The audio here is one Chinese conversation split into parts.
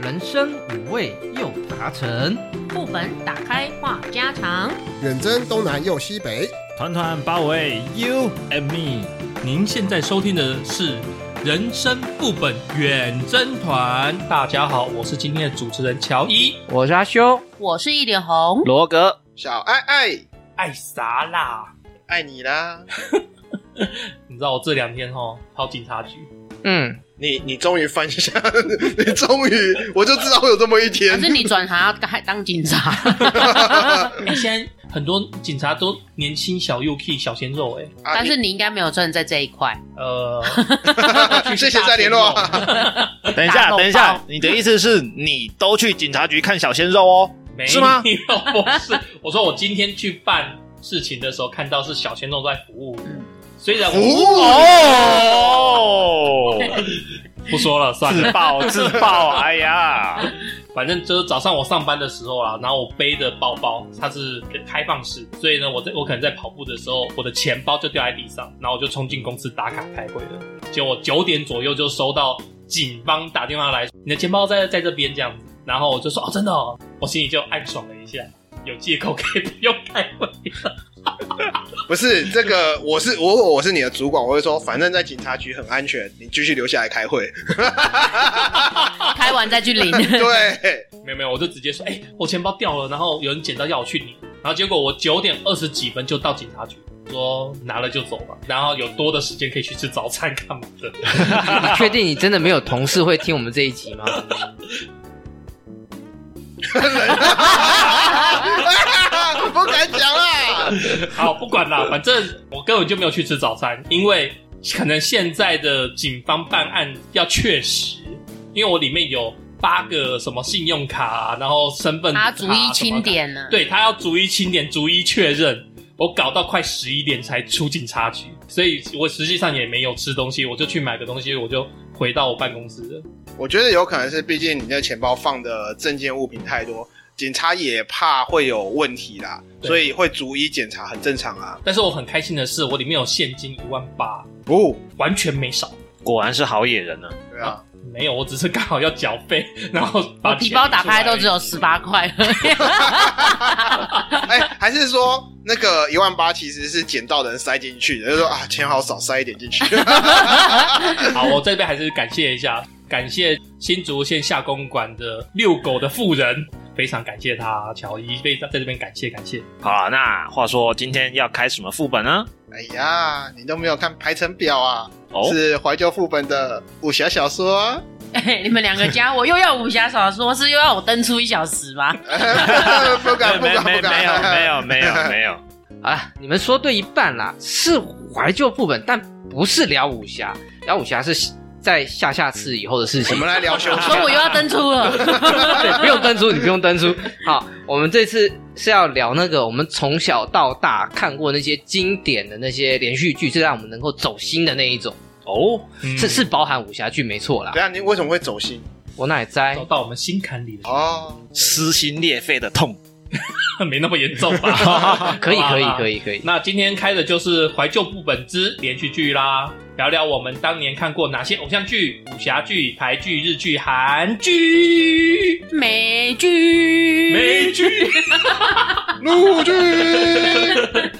人生五味又杂陈。副本打开话家常，远征东南又西北，团团包围 you and me。您现在收听的是《人生副本远征团》，大家好，我是今天的主持人乔伊。我是阿修，我是一脸红。罗格，小爱爱爱啥啦？爱你啦！你知道我这两天哦跑警察局， 嗯，你你终于翻下，你终于，我就知道会有这么一可天。是你转行还当警察，哎，现在很多警察都年轻小幼 k 小鲜肉哎、啊但是你应该没有真的在这一块。呃，你谢谢再联络。 等一大下，肉包等一下，你的意思是你都去警察局看小鲜肉 哦？没是吗有，不是。我说我今天去办事情的时候，看到是小鲜肉在服务，虽然我 哦，不说了，算自了。 爆自爆，哎呀，反正就是早上我上班的时候啦，然后我背的包包它是开放式，所以呢，我在我可能在跑步的时候，我的钱包就掉在地上，然后我就冲进公司打卡开会了。结果九点左右就收到警方打电话来，你的钱包在在这边这样子，然后我就说哦，真的、哦，我心里就暗爽了一下，有借口可以不用开会了。不是这个，我是我我我是你的主管，我会说，反正在警察局很安全，你继续留下来开会。开完再去领。对，没有没有，我就直接说，哎、我钱包掉了，然后有人捡到要我去领，然后结果我九点二十几分就到警察局，说拿了就走吧，然后有多的时间可以去吃早餐干嘛的。你确定你真的没有同事会听我们这一集 吗？不敢讲啦。好，不管啦，反正我根本就没有去吃早餐，因为可能现在的警方办案要确实，因为我里面有八个什么信用卡、然后身份他卡逐一清，点呢什么卡，对他要逐一清点，逐一确认。我搞到快十一点才出警察局，所以我实际上也没有吃东西，我就去买个东西，我就回到我办公室了。我觉得有可能是，毕竟你的钱包放的证件物品太多，警察也怕会有问题啦，对所以会逐一检查，很正常啊。但是我很开心的是，我里面有现金一万八，哦不，完全没少。果然是好野人呢、啊。对啊，没有，我只是刚好要缴费， 然后把我皮包打开都只有十十八。八块。 哎、还是说那个一万八其实是捡到的人塞进去的，就说啊，钱好少，塞一点进 去。好，我这边还是感谢一下，感谢新竹县下公馆的遛狗的妇人，非常感谢他，乔伊，非常在这边感谢感谢。好啦，那话说今天要开什么副本 呢？哎呀，你都没有看排程表啊？哦，是怀旧副本的武侠小说、 啊，哎你们两个加我，又要武侠小说，是又要我登出一小时吗？不敢不没敢没不敢，没有没有没有没有，啊，你们说对一半啦，是怀旧副本，但不是聊武侠，聊武侠是在下下次以后的事我情们。来聊修 所以我仙。又要登出了。对，不用登出，你不用登出。好，我们这次是要聊那个我们从小到大看过那些经典的那些连续剧，是让我们能够走心的那一种。哦，嗯嗯是是包含武侠剧没错啦等一。下你为什么会走心？我哪里栽？走？到我们心坎里了，哦，撕心裂肺的痛。 没那么严重吧 可以可以可以。以可以。那今天开的就是怀旧部本之连续剧啦，聊聊我们当年看过哪些偶像剧、武侠剧、台剧、日剧、韩剧、美剧，美剧。陆剧、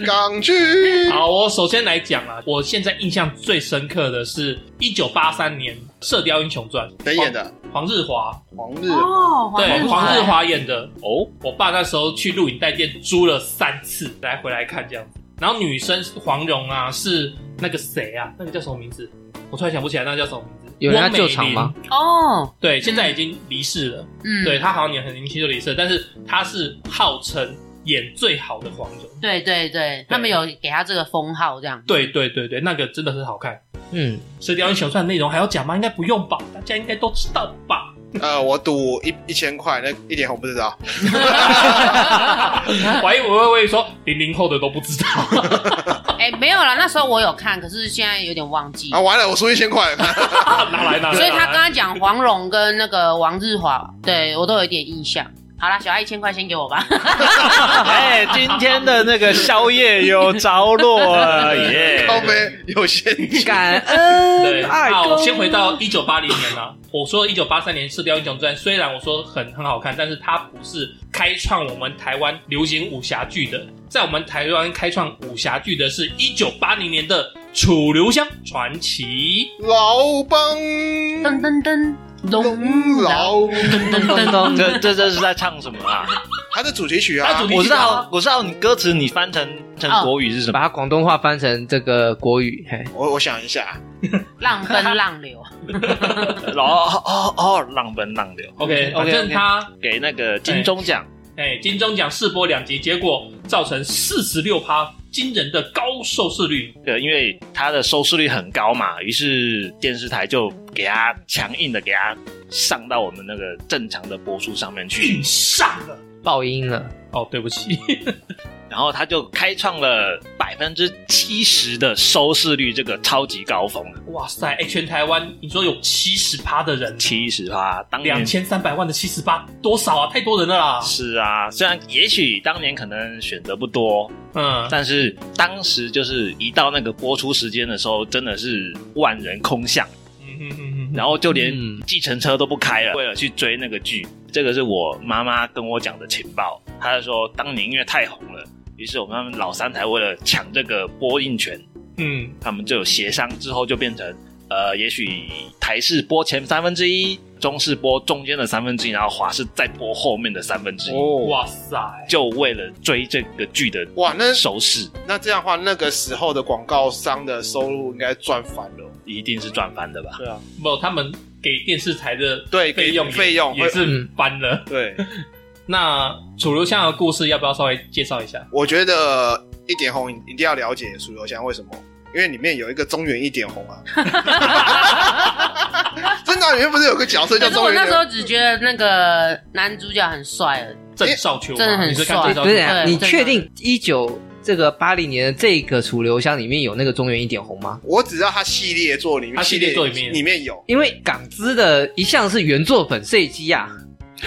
港剧， 好，我首先来讲啊，我现在印象最深刻的是1983年《射雕英雄传》，谁演的？黄日华，黄日华哦，对，黄黄日日华，华演的。 哦，我爸那时候去录影带店租了三次来回来看这样子。然后女生黄蓉啊，是那个谁啊？那个叫什么名字？我突然想不起来，那个叫什么名字？有人要翁美救场玲吗？哦，对，现在已经离世了。嗯，对她好像也很年轻就离世了，但是她是号称演最好的黄蓉。对对对，他们有给他这个封号这 样。对对对对，那个真的很好看。嗯， 《射雕英雄传》内容还要讲吗？应该不用吧，大家应该都知道吧。呃，我赌一一千块，那一点红不知道。嗯 我还以为会会说零零后的都不知道， 哎，没有啦，那时候我有看，可是现在有点忘记嗯啊，。完了，我输一千 块。拿来拿来。所以他拿刚来刚讲黄蓉跟那个王日华，对我都有一点印象。好啦，小爱一千块先给我吧。哎，今天的那个宵夜有着落 了耶！高飞有限制，感恩对，爱那公我先回到一九八零年啊，我说一九八三年《射雕英雄传》，虽然我说很很好看，但是它不是开创我们台湾流行武侠剧的，在我们台湾开创武侠剧的是一九八零年的《楚留香传奇》。嗯老帮噔噔噔，嗯龙老老，噔噔咚噔咚咚 这这这是在唱什么 啊？他的主题曲它啊主，题我曲知叫道，我知道你歌词你翻成成国语是什么？把它广东话翻成这个国语，嘿，我我想一下，浪奔浪 流，哦哦哦，浪奔浪流， OK，反正它给那个金钟奖，哎，金钟奖试播两集，结果造成四十六趴惊人的高收视率。对，因为它的收视率很高嘛，于是电视台就给它强硬的给它上到我们那个正常的播出上面去嗯运，上了。爆音了，哦，对不起， 然后它就开创了百分之七十的收视率，这个超级高峰，哇塞！哎、全台湾你说有七十趴的人，七十啊，当年两千三百万的七十八，多少啊？太多人了啦。是啊，虽然也许当年可能选择不多，嗯，但是当时就是一到那个播出时间的时候，真的是万人空巷，嗯嗯嗯嗯，然后就连嗯计程车都不开了，为了去追那个剧。这个是我妈妈跟我讲的情报，她就说当年因为太红了，于是我们老三台为了抢这个播映权，嗯，他们就有协商，之后就变成呃，也许台视播前三分之一，中视播中间的三分之一，然后华视再播后面的三分之一。哦，哇塞！就为了追这个剧的哇，那收视，那这样的话，那个时候的广告商的收入应该赚翻了。一定是赚翻的吧？对啊，不，他们给电视台的对费用给费用也是嗯翻了。对，那楚留香的故事要不要稍微介绍一下？我觉得一点红一定要了解楚留香为什么，因为里面有一个中原一点 红啊，真的啊、里面不是有个角色 叫可是中我原一那点时红？候只觉得那个男主角很帅了，郑少秋吗，真的很你是看帅郑不少是秋？啊，对你对确定一九这个八零年的这个楚留香里面有那个中原一点红吗？，我只知道他系列作里面，他系列作里面里面有因为港资的一向是原作粉碎机呀、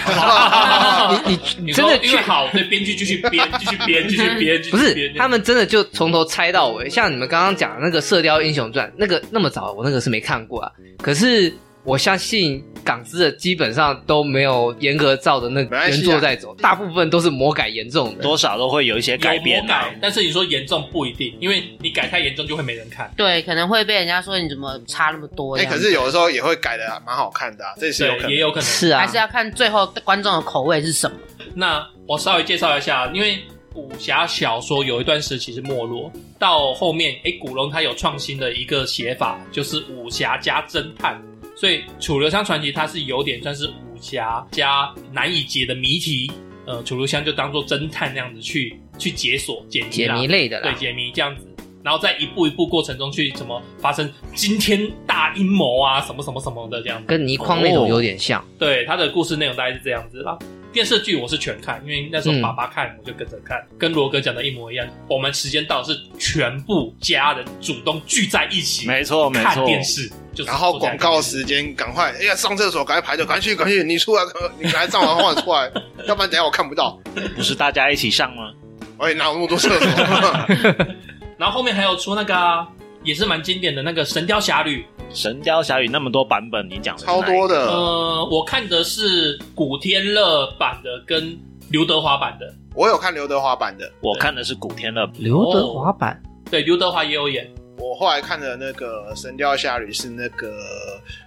哦你你你真说的因为好，所以编剧继续编，继续编，继续编，继续编不是编他们真的就从头猜到尾，像你们刚刚讲的那个《射雕英雄传》，那个那么早我那个是没看过啊，可是我相信港资的基本上都没有严格照着那个没关系原啊作在走，大部分都是魔改严重的。多少都会有一些改有变魔啊改，但是你说严重不一定，因为你改太严重就会没人看。对，可能会被人家说你怎么差那么多这哎、样可子。是有的时候也会改的蛮好看的、啊，这是有可对，能也。有可能。是啊还，是要看最后观众的口味是什么。那我稍微介绍一下，因为武侠小说有一段时期是没落，到后面，哎、古龙他有创新的一个写法，就是武侠加侦探，所以《楚留香传奇》它是有点算是武侠加难以解的谜题，呃，楚留香就当做侦探那样子去去解锁解谜解啦谜类的啊对啦，解谜这样子，然后在一步一步过程中去怎么发生惊天大阴谋啊，什么什么什么的这样子。跟倪匡那种有点像。哦对，他的故事内容大概是这样子啦。电视剧我是全看，因为那嗯时候爸爸看，我就跟着看，跟罗哥讲的一模一样。我们时间到是全部家人主动聚在一起没错没看错。电视，就是然后坐在广告那边时间，赶快！哎呀，上厕所，赶快排队，赶快去，赶快去！你出来，赶快你赶快 上完换出来，要不然等一下我看不到。不是大家一起上吗？哎，哪有那么多厕所？ 然后后面还有出那个、啊、也是蛮经典的那个《神雕侠侣》 《神雕侠侣》那么多版本，你讲的是超哪一多个 的。呃，我看的是古天乐版的跟刘德华版的，我有看刘德华版的，我看的是古天乐，刘德华版对，刘德华也有演。我后来看的那个《神雕侠侣》是那个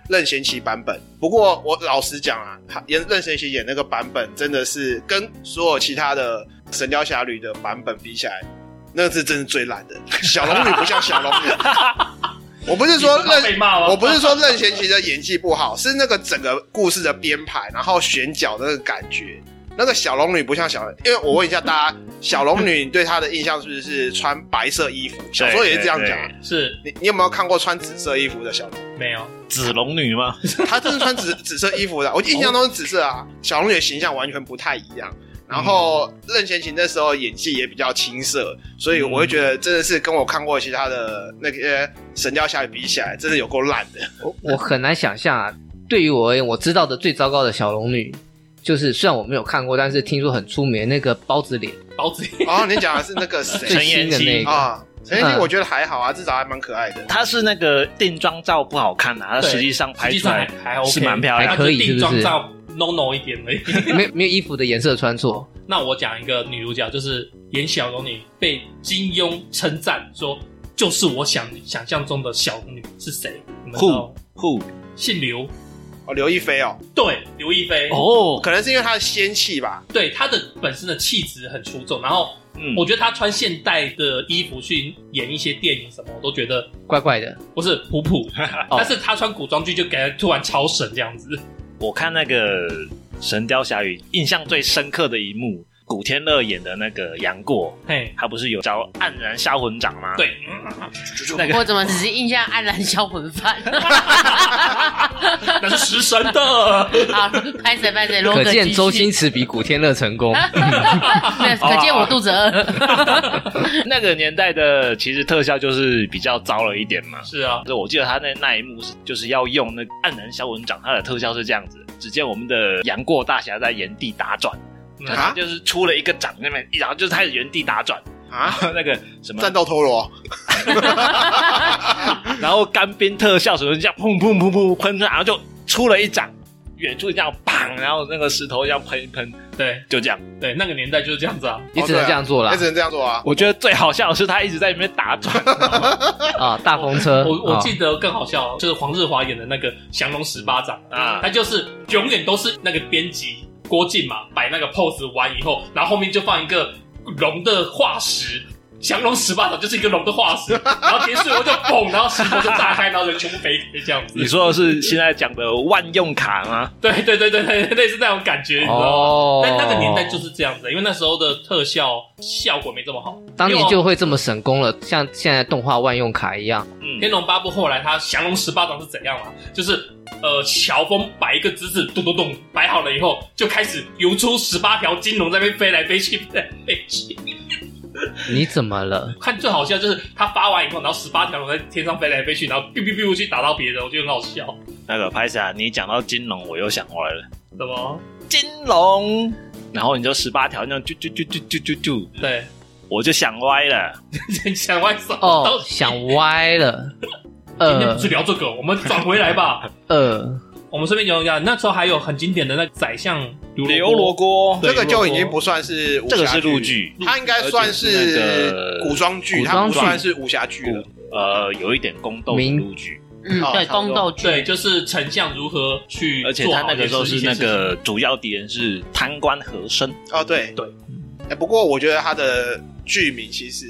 任贤齐版本。不过我老实讲啊，他演任贤齐演那个版本真的是跟所有其他的《神雕侠侣》的版本比起来，那是真是最烂的。小龙女不像小龙女。我不是说你任被骂吗？哦我不是说任贤齐的演技不好，是那个整个故事的编排，然后选角的那个感觉。那个小龙女不像小，因为我问一下大家，小龙女你对她的印象是不是穿白色衣服？小时候也是这样讲啊。 是你你有没有看过穿紫色衣服的小龙？没有，紫龙女 吗？她真的 穿紫紫色衣服的，我印象中是紫色啊。小龙女的形象完全不太一样。然后嗯任贤齐那时候演技也比较青涩，所以我会觉得嗯真的是跟我看过其他的那些《神雕侠侣》比起来，真的有够烂的。我我很难想象啊。对于我而言，我知道的最糟糕的小龙女就是虽然我没有看过，但是听说很出名的那个包子脸，刀子哦，你讲的是那个谁最新的那个，啊？陈彦希嗯我觉得还好啊，至少还蛮可爱的。它是那个定妆照不好看啊，它对实际上实拍际出上还来还 OK，是蛮漂亮它还就可以是定不妆是照 no no 一点而已。 没有没有衣服的颜色穿错，那我讲一个女主角，就是演小龙女，被金庸称赞说就是我想想象中的小龙女是谁？你们知道吗 Who？酷姓刘，哦，刘亦菲哦，对，刘亦菲。哦，可能是因为她的仙气吧。对她的本身的气质很出众，然后嗯，我觉得她穿现代的衣服去演一些电影什么，我都觉得怪怪的。不是普 普，哦但是她穿古装剧就感觉突然超神这样子。我看那个《神雕侠侣》，印象最深刻的一幕，古天乐演的那个杨过，嘿，他不是有招黯然销魂掌吗？对，那个我怎么只是印象黯然销魂饭？ 那是食神的。好，拍谁拍谁，罗可哥见周星星，驰比古天乐成功。 啊 对可见我肚子饿。 那个年代的其实特效就是比较糟了一点嘛。是啊，我记得他那那一幕是就是要用那个黯然销魂掌，他的特效是这样子。只见我们的杨过大侠在原地打转，嗯啊他就是出了一个掌那边，然后就是开始原地打转，啊，那个什么战斗陀螺，然后干冰特效什么这样砰砰砰砰喷出来，然后就出了一掌，远处这样砰，然后那个石头这样喷一喷，对就这样。对，那个年代就是这样子啊。也只能这样做啦也只能这样做啊。我觉得最好笑的是他一直在里面打转，啊！大风车，我我啊记得更好笑，就是黄日华演的那个《降龙十八掌》啊啊，他就是永远都是那个编辑郭靖嘛，摆那个 pose 完以后，然后后面就放一个龙的化石。降龙十八掌就是一个龙的化石，然后结束以后就嘣，然后石头就炸开，然后人全部飞开这样子你。说的是现在讲的万用卡吗？对对对对对，类似那种感觉，你知道吗？哦但那个年代就是这样子，因为那时候的特效效果没这么好。当因年为就会这么省工了，像现在动画万用卡一 样。 《嗯天，龙八部》后来他降龙十八掌是怎样嘛？就是呃，乔峰摆一个姿势，咚咚咚摆好了以后，就开始游出十八条金龙在那边飞来飞去，飞来飞去。你怎么了？看最好笑就是他发完以后，然后十八条龙在天上飞来飞去，然后 biu biu biu 去打到别人，我觉得很好笑。那个拍啊，你讲到金龙，我又想歪了，怎么？金龙，然后你就十八条那样啾啾啾啾啾啾啾，对， 我就想歪了。你想歪什么？哦，想歪了。 今天呃不是聊这个，我们转回 来吧。呃，我们顺便讲一下，那时候还有很经典的那个宰相刘罗锅，对这个如果就已经不算是武侠这个是陆，剧，它应该算而且是是那个古装剧，古它装不剧算是武侠剧了。呃，有一点宫斗的明陆剧。嗯，好对，哦差不宫多斗剧，对，就是丞相如何去而且做他好那个时候一是些那事情个主要敌人是贪官和珅，哦，对对。哎，不过我觉得它的剧名其实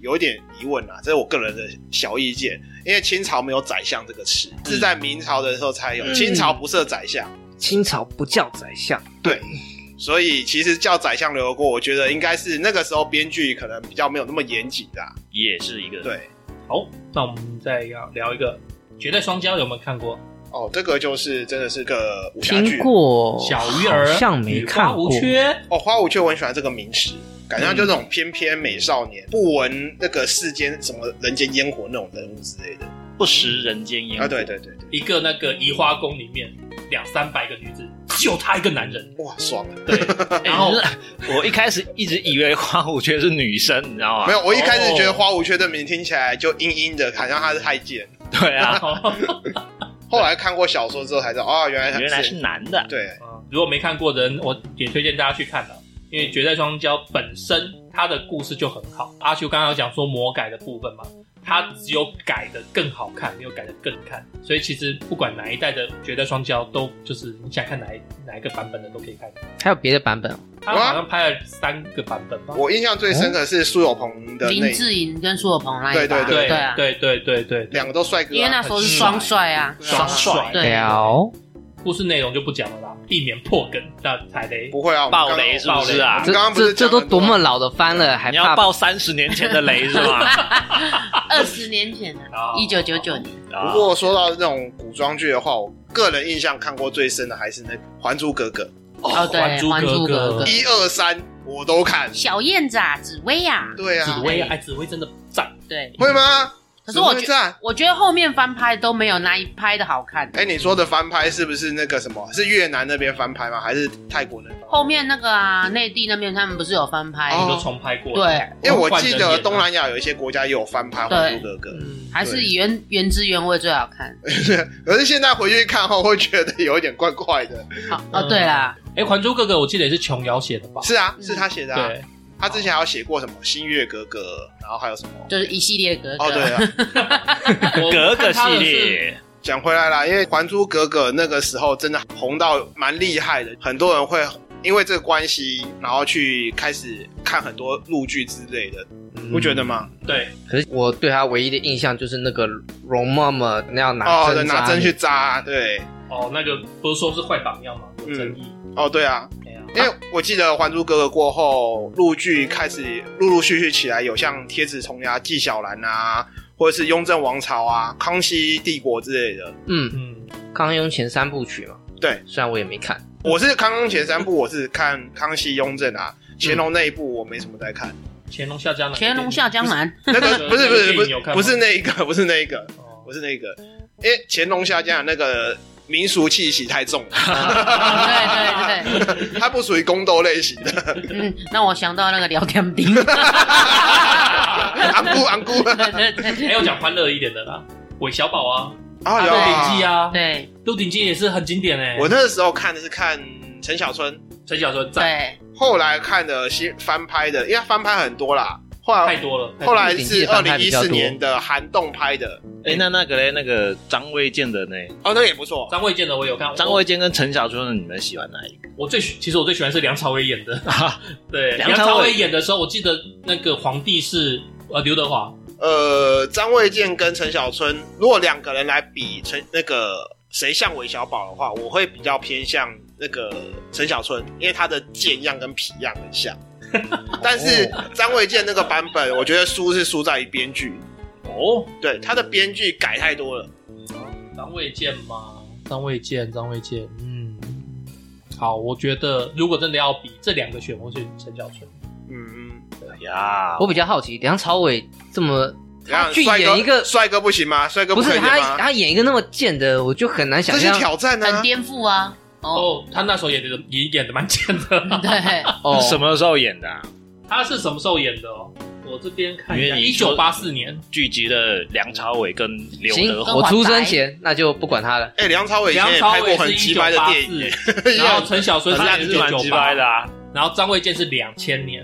有一点疑问啊，这是我个人的小意见，因为清朝没有宰相这个词，是在明朝的时候才有，嗯清朝不设宰相。清朝不叫宰相，对，所以其实叫宰相刘国，我觉得应该是那个时候编剧可能比较没有那么严谨的啊、也是一个对，好，那我们再要聊一个《绝代双骄》，有没有看过？哦，这个就是真的是个武侠听剧。过，小鱼儿哦好像没看与花过无。缺，哦，花无缺我很喜欢这个名词，感觉他就那种翩翩美少年，不闻那个世间什么人间烟火那种人物之类的。不食人间烟火啊，对，对对对，一个那个移花宫里面两三百个女子，只有她一个男 人。哇，爽啊！对，然后 哎不是我一开始一直以为花无缺是女生，你知道吗？没有，我一开始觉得花无缺的名听起来就阴阴的，好像他是太监。对啊，后来看过小说之后才知道，哦，原来他原来是男的。对，嗯如果没看过的人，我也推荐大家去看的，因为《绝代双骄》本身它的故事就很好。阿修刚刚有讲说魔改的部分嘛，它只有改的更好看，没有改的更看。所以其实不管哪一代的《绝代双骄》，都就是你想看哪一哪一个版本的都可以看。还有别的版本哦，他好像拍了三个版本吧？我印象最深刻是苏有朋的那林志颖跟苏有朋那一对对把，对啊，对对对对对，两个都帅哥啊、因为那时候是双帅啊，双帅对聊故事内容就不讲了啦，避免破梗那踩雷。不会啊，我们刚爆刚雷是不是啊我？这们刚刚不这是这讲都很多么老的番了，还你要怕爆三十年前的雷是吧？二十年前啊，啊一九九九年，不啊过说到那种古装剧的话，我个人印象看过最深的还是那个《还珠格格哦对，还珠《还格珠格格格》》一二三，我都看。小燕子啊，紫薇啊，对紫啊，薇，哎，紫薇真的赞，对，会吗？可可是我怎么会觉这样我觉得后面翻拍都没有那一拍的好看。哎，你说的翻拍是不是那个什么？是越南那边翻拍吗？还是泰国那哦边？后面那个啊，内地那边他们不是有翻拍？哦就重拍过。对，因为我换记着得演东南亚有一些国家也有翻拍《还珠格格》，嗯还是以原原汁原味最好看。可是现在回去看后会觉得有一点怪怪的。好哦，对啦，哎，《还珠格格》我记得也是琼瑶写的吧？是啊，嗯是他写的啊。对，他之前还有写过什么《新月格格》，然后还有什么？就是一系列格格。哦，对啊，我格格看他系的是列，讲回来啦，因为《还珠格格》那个时候真的红到蛮厉害的，很多人会因为这个关系，然后去开始看很多陆剧之类的，不觉得吗？对，可是我对他唯一的印象就是那个容嬷嬷那样拿哦，对，针扎拿针去扎，对，哦，那个不是说是坏榜样吗？有争议。哦，对啊，对啊因为我记得《还珠格格》过后，陆剧开始陆陆续续起来，有像《铁齿铜牙纪晓岚》啊，或者是《雍正王朝》啊，《康熙帝国》之类的。嗯，嗯，康雍前三部曲嘛。对，虽然我也没看，我是康雍前三部，我是看《康熙》《雍正》啊，乾隆那一部我没什么在看。乾隆下江南，乾隆下江南，那个不是不是不你有是看吗不是那一个，不是那一个，哦，不是那一个，因为乾隆下江的那个民俗气息太重 了。对对对，它不属于宫斗类型的。 嗯，让我想到那个聊天钉。安姑安姑 对对对还有讲欢乐一点的啦，韦小宝啊，啊， 《有鹿啊鼎记》啊，《对鹿鼎记》也是很经典哎。我那时候看的是看陈小春，陈小春在对，后来看的新翻拍的，因为他翻拍很多啦。后太来多了，太多后了来是二翻零拍一比较四多年的韩栋拍的，哎，那那个嘞，那个张卫健的呢？哦，那个也不错。张卫健的我有看，张卫健跟陈小春的，你们喜欢哪一个？我最喜其实我最喜欢是梁朝伟演的， 对，梁啊梁朝朝伟伟演的时候，我记得那个皇帝是呃刘德华，呃，张卫健跟陈小春，如果两个人来比陈那个谁像韦小宝的话，我会比较偏向那个陈小春，因为他的剑样跟皮样很像。但是张卫健那个版本，我觉得输是输在于编剧，哦，对他的编剧改太多了。张卫健吗？张卫健，张卫健，嗯，好，我觉得如果真的要比这两个选，我选陈小春，嗯，哎呀，我比较好奇梁朝伟这么然后去帅哥演一个帅哥不行吗？帅哥不可是以演他吗？他演一个那么贱的，我就很难这想是象挑战很啊！颠覆 啊。哦，哦，他那时候演的也演的蛮贱的， 对，哦是什么时候演的啊？他是什么时候演的哦？我这边看一下，因为一你九说八四年，聚集了梁朝伟跟刘行德，华。跟我华出仔生前那就不管他了。哎、梁朝伟以前梁也朝拍过伟很是鸡一九掰的八电影，四， 一然后样陈小春很他烂也是是一蛮九鸡八掰的，啊！然后张卫健是两千年，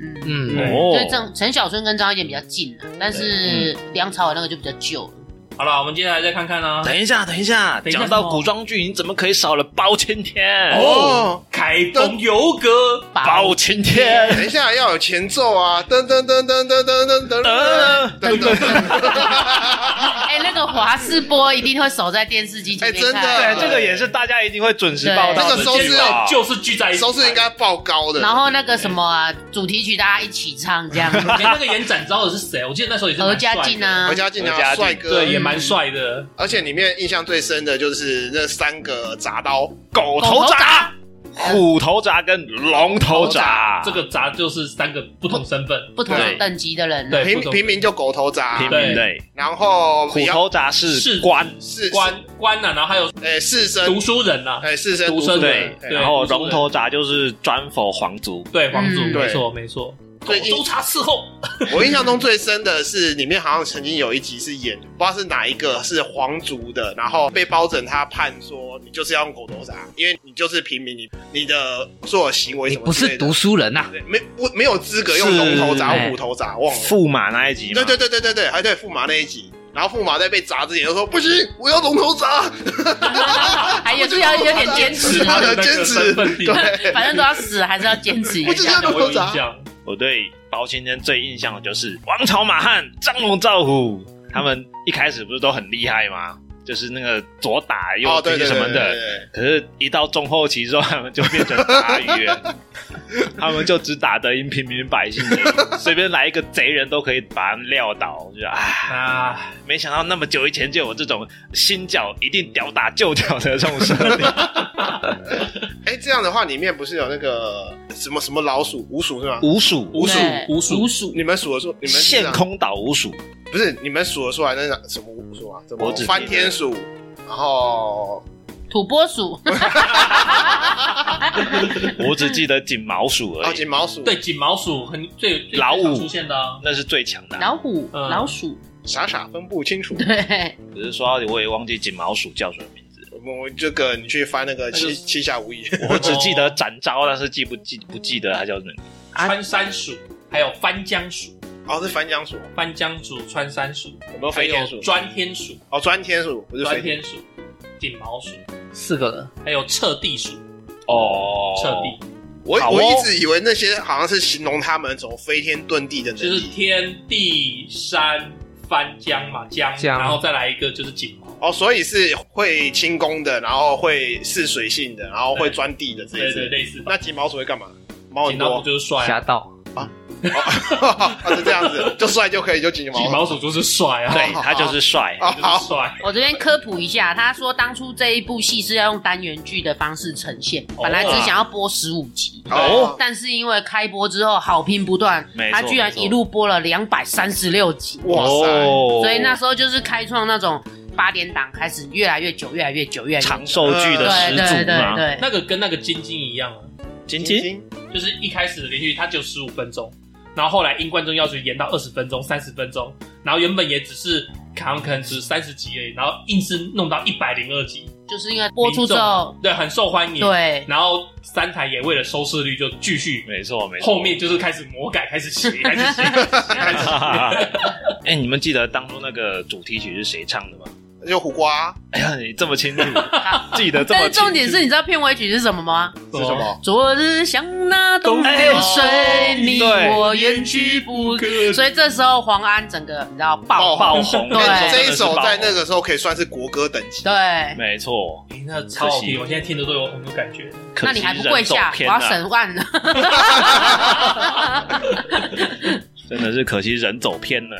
嗯，嗯，对哦所以郑陈小春跟张卫健比较近啊，但是嗯梁朝伟那个就比较旧了。好了，我们接下来再看看啊，等一下，等一下，等一下讲什到么古装剧，你怎么可以少了包青天？哦。凯风游歌，包青天，等一下要有前奏啊！噔噔噔噔噔噔噔噔呃噔噔噔。 哎，那个华视播一定会守在电视机前面看。啊哎对，真的这个也是大家一定会准时报道的这个剧收吧。视率就是聚在一起，收视应该爆高的。然后那个什么啊，主题曲大家一起唱这样。以前那个演展昭的是谁？我记得那时候也是蛮 何帅的家劲，啊 何，家劲何啊，家劲帅哥对，，也蛮帅的。而且里面印象最深的就是那三个铡刀，狗头铡、虎头铡跟龙头啊铡，这个杂就是三个不同身份，不同啊对等级的人啊。对平不懂平民就狗头铡平，民类。然后虎头铡是是官，士官官啊呐，然后还有哎士读绅，书人啊呐，哎士绅独生对对，对然后独生龙头铡就是专否皇族。对皇族，嗯没错没错。狗对因头铡伺候，我印象中最深的是里面好像曾经有一集是演，不知道是哪一个是皇族的，然后被包拯他判说你就是要用狗头铡，因为你就是平民，你你的所有行为你什么哎不之是类的读书人呐、啊没不没有资格用龙头铡、是哎虎头铡，忘了。驸马那一集嘛，对对对对对对，还对驸马那一集，然后驸马在被砸之前就说不行，我要龙头砸， 还有是要有点坚持，啊他的那个坚持身，份地位对， 反正都要死，还是要坚持一不是下。这我龙有头印砸，象。我对包青天最印象的就是王朝马汉、张龙赵虎，他们一开始不是都很厉害吗？就是那个左打右哦对踢对什么对对的，对，可是，一到中后期之后，他们就变成打鱼了，他们就只打得赢平民百姓而已，随便来一个贼人都可以把他们撂倒。我觉得，哎，啊，没想到那么久以前就有这种新脚一定屌打旧脚的这种设定。哎这样的话里面不是有那个什么什么老鼠五鼠是吗？五鼠，五鼠对五鼠你们数的时候，你们啊陷空岛五鼠，不是你们数得出来那是什么武术啊？什么我只记得翻天鼠，然后土拨鼠，我只记得锦毛鼠而啊已，锦毛鼠，对，锦毛鼠很最最老虎常出现的啊，那是最强的啊。老虎，嗯老鼠，傻傻分不清楚。对，可是说到底，我也忘记锦毛鼠叫什么名字了，我这个你去翻那个那就是七七侠无义，我只记得展昭，但是记不记不记得它叫什么？啊穿山鼠，还有翻江鼠， 哦是翻江鼠，翻江鼠、穿山鼠，有没有还飞天有鼠？砖天鼠、哦钻天鼠不是砖飞天，天鼠、锦毛鼠，四个了，还有彻地鼠、哦，彻地，我好哦我一直以为那些好像是形容他们什么飞天遁地的能就是力。天地山翻江嘛，江，江然后再来一个就是锦毛，哦，所以是会轻功的，然后会试水性的，然后对会钻地的这对一对，种。类似吧。那锦毛鼠会干嘛？毛很锦毛多鼠，就是帅侠啊，盗 哦，是这样子，就帅就可以，就锦锦毛。毛鼠就是帅啊，对，它就是帅。啊，就好是，帅。我这边科普一下，他说当初这一部戏是要用单元剧的方式呈现，本来只哦想要播十五集。哦但是因为开播之后好评不断没，错他居然一路播了两百三十六集，哇哦塞，所以那时候就是开创那种八点档开始越来越久，越来越久，越来越久长寿剧的对始对祖对嘛，对，那个跟那个晶晶一样啊，晶晶晶晶就是一开始的连续剧它只有十五分钟，然后后来因观众要求延到二十分钟、三十分钟，然后原本也只是可能可能只三十集而已，然后硬是弄到一百零二集，就是因为播出之后民众，对很受欢迎，，对，然后三台也为了收视率就继续，没错没错。后面就是开始魔改，开始写，开始 写，开始写。 哎，你们记得当初那个主题曲是谁唱的吗？就胡瓜哎呀，你这么清 楚，记得这但么是清楚。重点是，你知道片尾曲是什么吗？是什么？昨日像那东哎流水，你对我远去不可。所以这时候黄安整个你知道爆爆红，对那时候这真一的是首爆红在那个时候可以算是国歌等级。对，没错，哎那超好听，我现在听的都有很有感觉。 可那惜你还不人跪走下，我偏啊要了审万 了。真的是可惜人走偏了，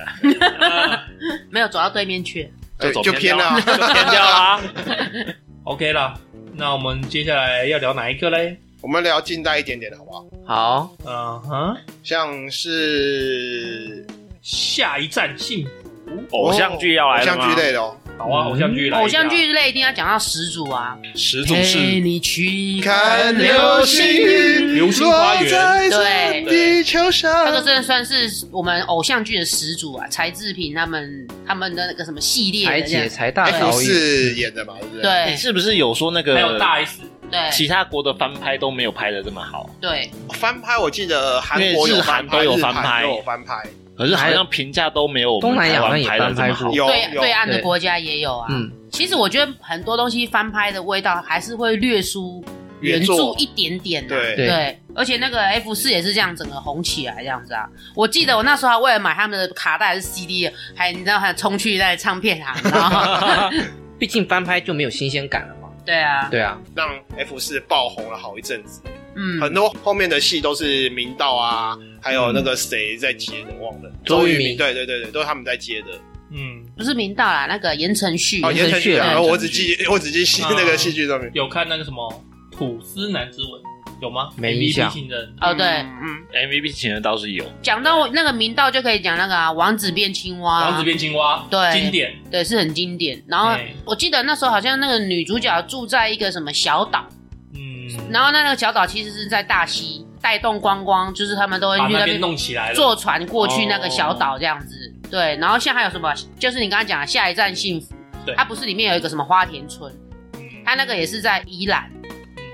没有走到对面去，对，走就偏偏了啊。就偏掉啦。 OK 啦，那我们接下来要聊哪一个嘞？我们聊近代一点点的好不好？好，嗯哼，像是下一站幸福，偶像剧要来偶了像吗剧？类的哦。好嗯啊，偶像剧来一下，偶像剧类一定要讲到始祖啊，始祖陪是你去看流流星星雨雨流星花园落在这对地球上这个真的算是我们偶像剧的始祖啊，柴智屏他们他们的那个什么系列台的这姐样，才大导，F 演，四哎演的嘛，对不对？哎对是不是有说那还有个大 S，对其他国的翻拍都没有拍的这么好？对，翻拍我记得韩国因为有日翻韩拍，都有日翻韩拍都有翻拍，可是好像评价都没有我们东南亚台好像湾也拍的这么翻拍好过。有对啊有对岸的对国家也有啊。嗯， 其实我觉得很多东西翻拍的味道还是会略输原原著作一点点、啊。对对而且那个 F 四也是这样整个红起来这样子啊。我记得我那时候还为了买他们的卡带还是 CD，还你知道还冲去在唱片行，你知道 吗？毕竟翻拍就没有新鲜感了嘛。对啊，对啊，让 F 四爆红了好一阵子。嗯，很多后面的戏都是明道啊，还有那个谁在接的，忘了。嗯周渝渝民民，对对对对，都是他们在接的。嗯，不是明道啦，那个言承旭。哦，言承旭啊，对然后我只记我只记戏啊那个戏剧上哦面。有看那个什么《吐司男之吻》有吗？没 MVP 印象情人哦，对，嗯， MVP 情人倒是有，讲到那个明道就可以讲那个啊，王子变青蛙啊，王子变青蛙，对经典，对，是很经典。然后对我记得那时候好像那个女主角住在一个什么小岛，嗯，然后那个小岛其实是在大西，带动观光，就是他们都会把去那那边边弄起来了。坐船过去那个小岛这样子。对，然后像还有什么，就是你刚刚讲的下一站幸福对，它不是里面有一个什么花田村，它那个也是在宜兰，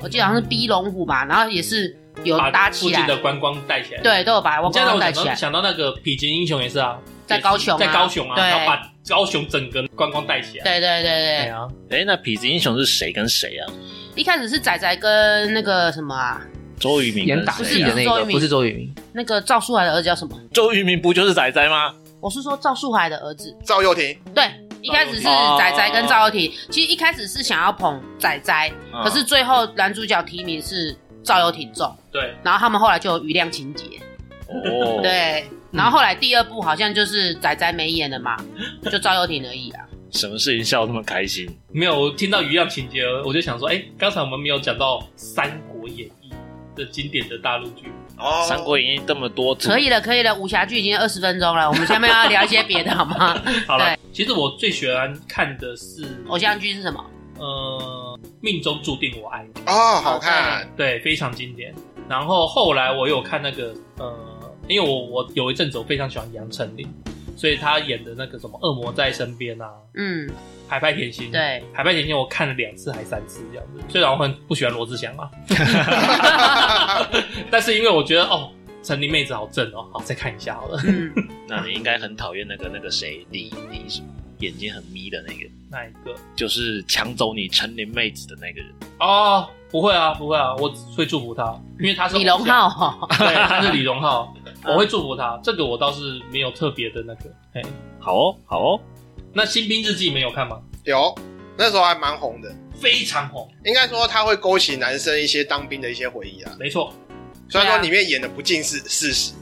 我记得好像是逼龙湖吧，然后也是有把搭啊附起近来，的观光带起来。，对，都有把观你这样让光我带想起到来。想到那个《痞杰英雄》也是啊，在也是高雄啊在高雄啊，对然后把高雄整个观光带起来。对对对对，啊，哎，那痞子英雄是谁跟谁啊？一开始是仔仔跟那个什么啊，周渝民演跟打谁戏啊的那周渝个民不是周渝民，那个赵树海的儿子叫什么？周渝民不就是仔仔吗？我是说赵树海的儿子，赵又廷，对，一开始是仔仔跟赵又廷，其实一开始是想要捧仔仔，嗯可是最后男主角提名是赵又廷中，对，然后他们后来就有余量情节，哦，对，然后后来第二部好像就是仔仔没演了嘛，就赵又廷而已啊，什么事情笑这么开心？没有我听到余量情节，我就想说，哎，刚才我们没有讲到《三国演义》的经典的大陆剧，哦三国演义》这么多可以的，了，可以了，武侠剧已经二十分钟了，我们下面要聊一些别的好吗？好了，其实我最喜欢看的是偶像剧是什么？呃，命中注定我爱你，哦，好看，对，非常经典。然后后来我有看那个呃，因为我我有一阵子我非常喜欢杨丞琳，所以她演的那个什么《恶魔在身边》啊，嗯， 《海派甜心》啊对， 《海派甜心》我看了两次还三次这样子。虽然我很不喜欢罗志祥啊， 但是因为我觉得哦，陈琳妹子好正哦，好再看一下好了。嗯，那你应该很讨厌那个那个谁李李什么眼睛很眯的那个，那一个就是抢走你成年妹子的那个人。哦，不会啊，不会啊，我会祝福她，因为她是李荣 偶像浩哦，对，他是李 荣浩，我会祝福他。这个我倒是没有特别的那个。哎，好哦，好哦，那《新兵日记》没有看吗？有那时候还蛮红的。非常红，应该说，它会勾起男生一些当兵的一些回忆啊。没错，虽然对啊说里面演的不尽是事实，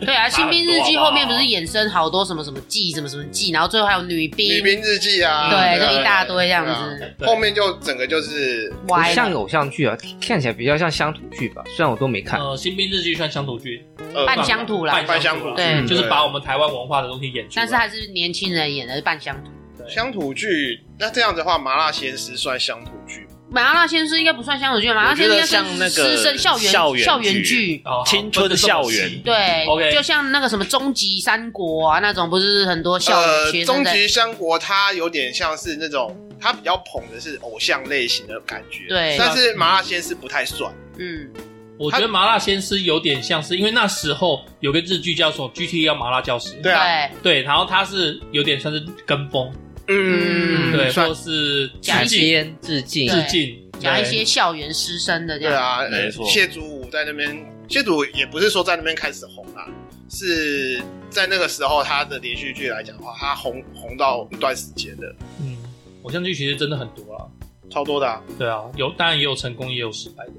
对啊，《新兵日记》好后不好面不是衍生好多什么什么记，什么什么记，然后最后还有女兵， 《女兵日记》啊，对，啊就一大堆这样。对啊子，对后面就整个就是不歪了像偶像剧啊，看起来比较像乡土剧吧。虽然我都没嗯看，呃，《新兵日记》算乡土剧，呃半乡土啦半乡啦半乡土对就是把我们台湾文化的东西演出但来。是还是年轻人演的半乡土。乡土剧。那这样子的话，《麻辣鲜师》算乡土剧吗，麻辣先生应该不算乡土剧，麻辣先生应该算我觉得像那个师生校园校园校园剧剧。哦好青春不是这么校园细对 OK 就像那个什么终极三国啊，那种不是很多校呃园，学生终在极三国它有点像是那种，它比较捧的是偶像类型的感觉。对但是《麻辣鲜师》不太算。嗯，我觉得《麻辣鲜师》有点像是，因为那时候有个日剧叫什么《GT 要麻辣教师》，对啊，对，然后他是有点算是跟风，嗯对，算或是讲致一敬，边致敬对致敬，讲一对些校园师生的这对样。啊，呃没错谢祖武在那边，谢祖武也不是说在那边开始红啦，是在那个时候他的连续剧来讲的话，他红红到一段时间的，嗯，偶像剧其实真的很多啊。超多的、啊。对啊，有当然也有成功，也有失败的。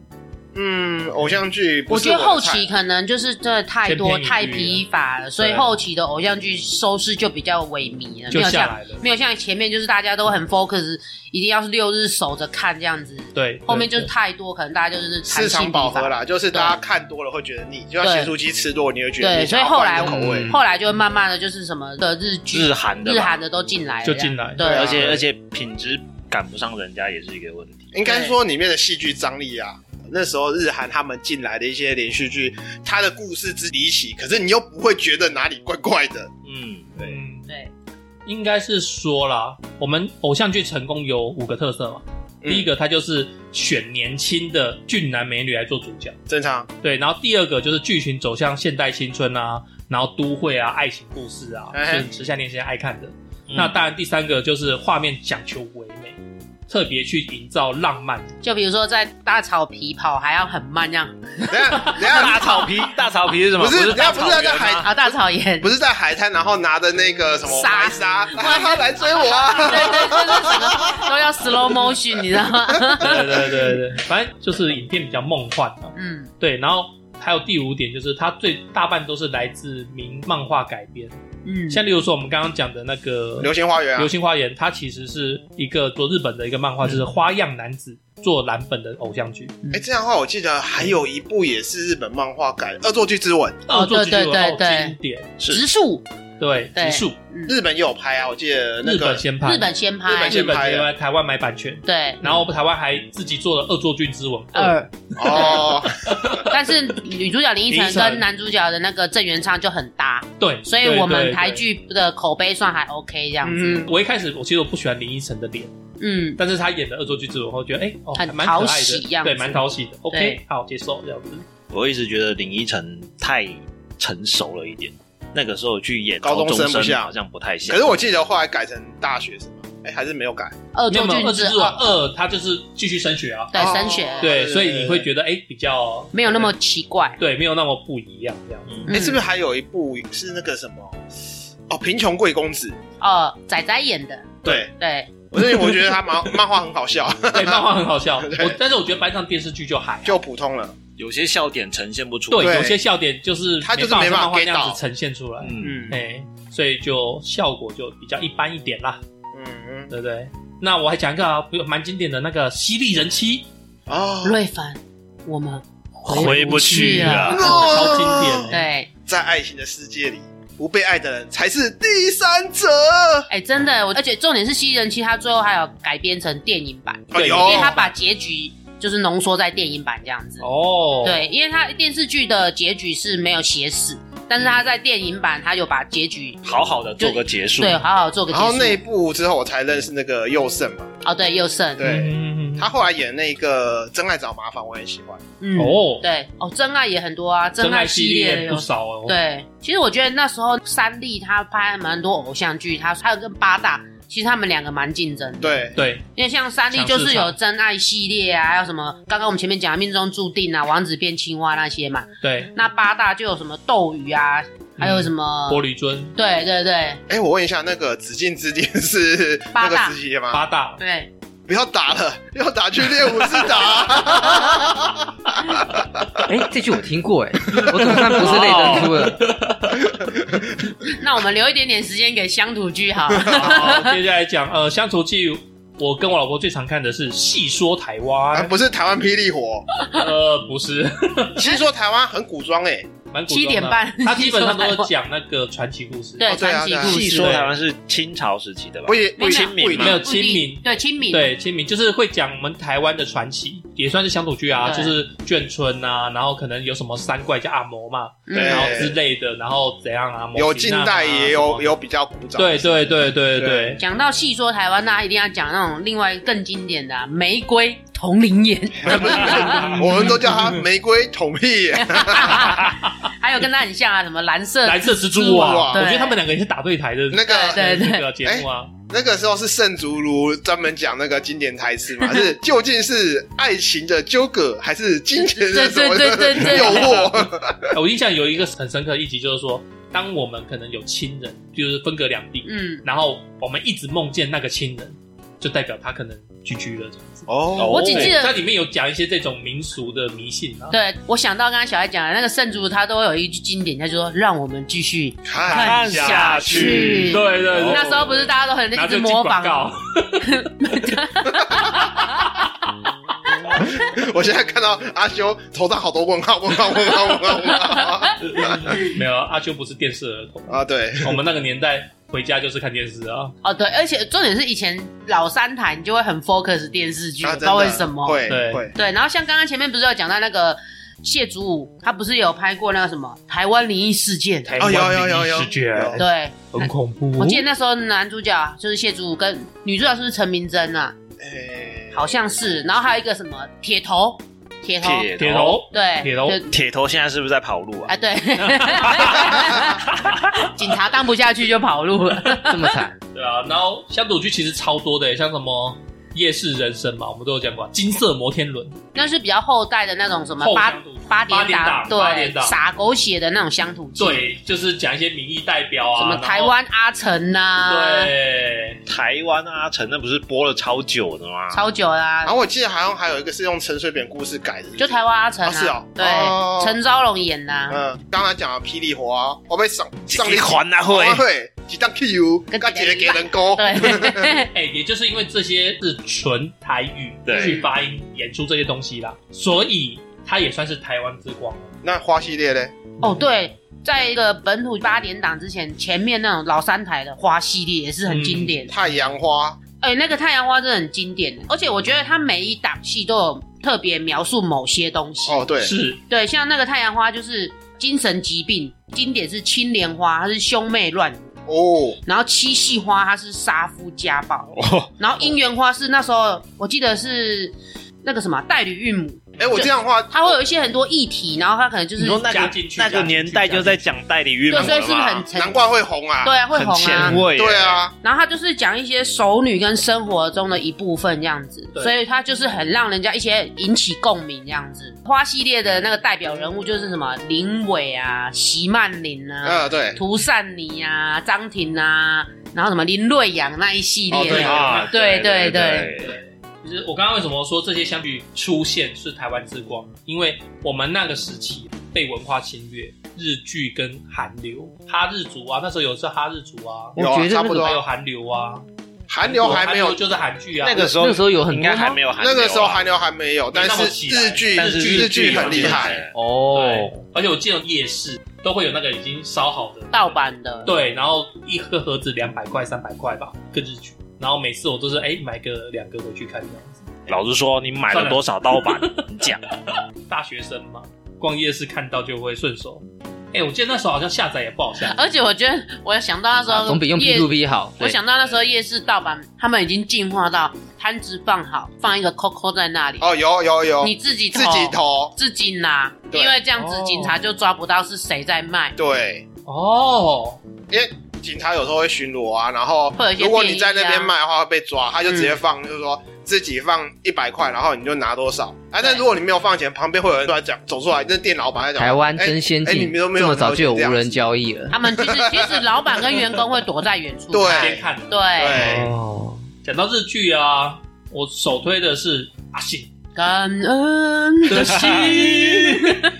嗯，偶像剧不我是觉得的后菜期可能就是真的太多千篇一律太疲乏了，所以对后期的偶像剧收视就比较萎靡了，就没有下像来了没有像前面就是大家都很 focus，一定要是六日守着看这样子，对，后面对就是太多，可能大家就是市弹性场疲饱乏和啦，就是大家看多了会觉得腻，就像对咸酥鸡吃多，了你会觉得对，腻所以想要后换来嗯一个口味。后来就会慢慢的就是什么的日剧、日韩的吧日韩的都进来了，就进来对对啊而且而且品质赶不上人家也是一个问题。应该说里面的戏剧张力啊，那时候日韩他们进来的一些连续剧，它的故事之离奇，可是你又不会觉得哪里怪怪的。嗯，对对，嗯对，应该是说啦，我们偶像剧成功有五个特色嘛。嗯第一个，它就是选年轻的俊男美女来做主角，正常，对。然后第二个就是剧情走向现代青春啊，然后都会啊，爱情故事啊，哎是时下年轻人爱看的。嗯那当然，第三个就是画面讲求唯美，特别去营造浪漫。就比如说在大草皮跑还要很慢这样等一下等一 大下草皮， 大草皮是什么？不是人大家不草是原要在海吗啊，大草原 不是在海滩，然后拿着那个什么沙白嗯沙， 哈哈来追我啊！对对对，就是整个都要 slow motion，你知道吗？对对对对，反正就是影片比较梦幻啊。嗯，对，然后还有第五点就是它最大半都是来自名漫画改编，嗯，像例如说我们刚刚讲的那个流星花园啊，流星花园》，它其实是一个做日本的一个漫画，就是花样男子做蓝本的偶像剧，哎、这样的话，我记得还有一部也是日本漫画改《恶作剧之吻》，哦恶作剧对对有对好对经典，植树，对，对植树，日本也有拍啊，我记得那日个本先拍，日本先日拍嗯本，日先本拍的台湾台湾买版权，对然后台湾还自己做了《恶作剧之吻二》，二，哦，但是女主角林依晨林依晨跟男主角的那个郑元畅就很搭，对，所以对我们对台对剧的口碑算还 OK 这样子，嗯，我一开始我其实我不喜欢林依晨的脸，嗯，但是他演的《恶作剧之吻》，我觉得哎、哦，很还蛮可爱讨喜的，样子对，蛮讨喜的。OK，对好，接受这样子。我一直觉得林依晨太成熟了一点，那个时候去演高中中生不像好像不太像。可是我记得后来改成大学生嘛，哎、还是没有改。恶没有作没有，剧恶之之吻二，二，他就是继续升学啊，对，哦升学，对，对所以你会觉得哎、比较没有那么奇怪，对，没有那么不一样这样子。哎、是不是还有一部是那个什么？哦，贫穷贵公子。呃，仔仔演的，对，对，我是我觉得他漫漫画很好笑，对，漫画很好笑，我但是我觉得班上电视剧就还好就普通了。有些笑点呈现不出来。对，对有些笑点就是他就是没没办办法法像漫画那 get 样到子呈现出来，哎、嗯，嗯所以就效果就比较一般一点啦，嗯嗯对不对？那我还讲一个啊，不蛮经典的那个《犀利人妻》，哦，瑞凡，我们。回不去了啊了。超经典的。对，在爱情的世界里，不被爱的人才是第三者。哎、真的，我而且重点是《西人妻》，它最后还有改编成电影版，哎呦因为它把结局就是浓缩在电影版这样子。哦，，对，因为它电视剧的结局是没有写死，但是它在电影版，它有把结局好好的做个结束，对好好做个然后结那束。部之后，我才认识那个佑胜嘛。哦，对，佑胜，对嗯，他后来演那个《真爱找麻烦》，我很喜欢。嗯，哦，对，哦，真爱也很多啊，真真爱爱系系列列有不。少哦。，对，其实我觉得那时候三立他拍蛮多偶像剧，他还有跟八大，其实他们两个蛮竞争的。对，对，因为像三立就是有真爱系列啊，还有什么刚刚我们前面讲的命中注定啊，王子变青蛙那些嘛。对，那八大就有什么斗鱼啊，还有什么？嗯玻璃樽对对对哎，我问一下，那个《紫禁之巅》 是八那个大时期的吗？八 大，对，不要打了，要打去练武士打。哎，这句我听过，哎，我总算不是泪人出了。哦那我们留一点点时间给乡土剧好了。 好，接下来讲呃乡土剧。我跟我老婆最常看的是《戏说台啊，湾》，不是台湾霹雳火，呃，不是，其实说台湾很古装哎，蛮古装的七点，半，它基本上都是讲那个传奇故事，对哦对传啊奇对啊故戏事说。台湾是清朝时期的吧不？一没不一有清明没嘛有，不一定清明对清明，嗯对，清明就是会讲我们台湾的传奇，也算是乡土剧啊，对就是眷村啊，然后可能有什么三怪叫阿嬷嘛，嗯对然后之类的，然后怎样啊，有摩西近娜啊代也什么有有比较古早。对对对对对对，讲到戏说台湾，那一定要讲那种另外更经典的、啊《玫瑰同林 眼》，我们都叫它玫瑰捅屁眼。还有跟他很像啊，什么蓝色蓝色蜘蛛蛛网， 网我觉对得他们两个也是打对台的那个对对那个节目啊，那个时候是盛竹如专门讲那个经典台词 嘛，是究竟是爱情的纠葛，还是金钱的什么对对对对对的诱惑？我印象有一个很深刻的一集，就是说，当我们可能有亲人，就是分隔两地，嗯，然后我们一直梦见那个亲人，就代表他可能居居了这样子。哦，我只记得它里面有讲一些这种民俗的迷信啊，对，我想到刚才小孩讲的那个圣主，他都会有一句经典，他就说：“让我们继续。看下去对对对，嗯那时候不是大家都很一拿直着模仿广告， 我现在看到阿修头上好多问号，问号，问号，问号，问号没有阿修不是电视儿童，啊！对，我们那个年代回家就是看电视啊，哦，对，而且重点是以前老三台你就会很 focus 电视剧，啊不真知的道为什么。会对会对，然后像刚刚前面不是有讲到那个谢祖武，他不是有拍过那个什么台湾灵异事件？台哦有有湾灵有有异事件有对，很恐怖，我记得那时候男主角啊就是谢祖武，跟女主角是不是陈明真啊？诶好像是，然后还有一个什么铁头，铁头，铁铁头，头，对，铁头就铁头现在是不是在跑路啊啊，？对， 警察当不下去就跑路了。这么 惨，对啊，然后乡土剧其实超多的，像什么夜市人生嘛，我们都有讲过，金色摩天轮，那是比较后代的那种什么后八乡土剧八点八点档对八点，档撒狗血的那种乡土剧，对，就是讲一些民意代表啊，什么然后台，湾阿成啊呐，对，台湾阿成那不是播了超久的吗？超久啦然，后我记得好像还有一个是用陈水扁故事改的，就台湾阿成啊，哦是哦哦对，陈昭荣演啊呐，嗯，刚才讲的霹雳火啊，我被上上一环啊会会，会几张 Q，跟跟几几个个礼给拜人哦 勾，对，哎、也就是因为这些是纯台语对去发音演出这些东西啦，所以它也算是台湾之光。那花系列嘞？哦对。在一个本土八点档之前，前面那种老三台的花系列也是很经典。嗯太阳花，哎、那个太阳花真的很经典，而且我觉得它每一档戏都有特别描述某些东西。哦，对，是对，像那个太阳花就是精神疾病，经典是青莲花，它是兄妹乱舞；哦，然后七系花它是杀夫家暴，哦然后姻缘花是那时候我记得是那个什么代理孕母，哎，我这样的话，它会有一些很多议题，然后它可能就是你说那加个进去那个年代就在讲代理孕对，母了所以是不是很吗沉难怪会红啊，对啊会红很啊前？卫耶？对啊，然后它就是讲一些熟女跟生活中的一部分这样子，对所以它就是很让人家一些引起共鸣这样子。花系列的那个代表人物就是什么林伟啊、席曼玲啊、呃，对，涂善妮啊、张庭啊，然后什么林瑞阳那一系列哦对的。啊， 对对对对对。其实我刚刚为什么说这些相比出现是台湾之光？因为我们那个时期被文化侵略，日剧跟韩流，哈日族啊，那时候有是哈日族啊，我有啊觉得差那不个多还有韩流啊，韩流还没有，就是韩剧啊，那个时那候个时候有很应多该吗还没有韩流那啊，个时候韩流还没有，没那但么是起来日剧但是日剧有很厉害，哦对，而且我记得夜市都会有那个已经烧好的盗版的，对，然后一个盒子两百块、三百块吧，个日剧。然后每次我都是哎、买个两个回去看这样子。老实说，你买了多少盗版？你讲，大学生嘛，逛夜市看到就会顺手。哎、我记得那时候好像下载也不 好下载，而且我觉得我想到那时候啊总比用夜 P to P 好。我想到那时候夜市盗版，他们已经进化到摊子放好，放一个扣扣在那里，哦，有有有，你自己自己投，自己拿，对因为这样子哦警察就抓不到是谁在卖。对，哦，因为警察有时候会巡逻啊，然后会有一些如果你在那便边衣啊嗯卖的话会被抓，他就直接放，就是说自己放一百块，然后你就拿多少。啊，但对如果你没有放钱，旁边会有人出来讲，走出来，那店老板在讲，台湾哎真先哎你进，们都没有这么早就有这样无子人交易了。他们其实其实老板跟员工会躲在远处哎看，对先看。对，对，哦，讲到日剧啊，我首推的是《阿信感恩的心，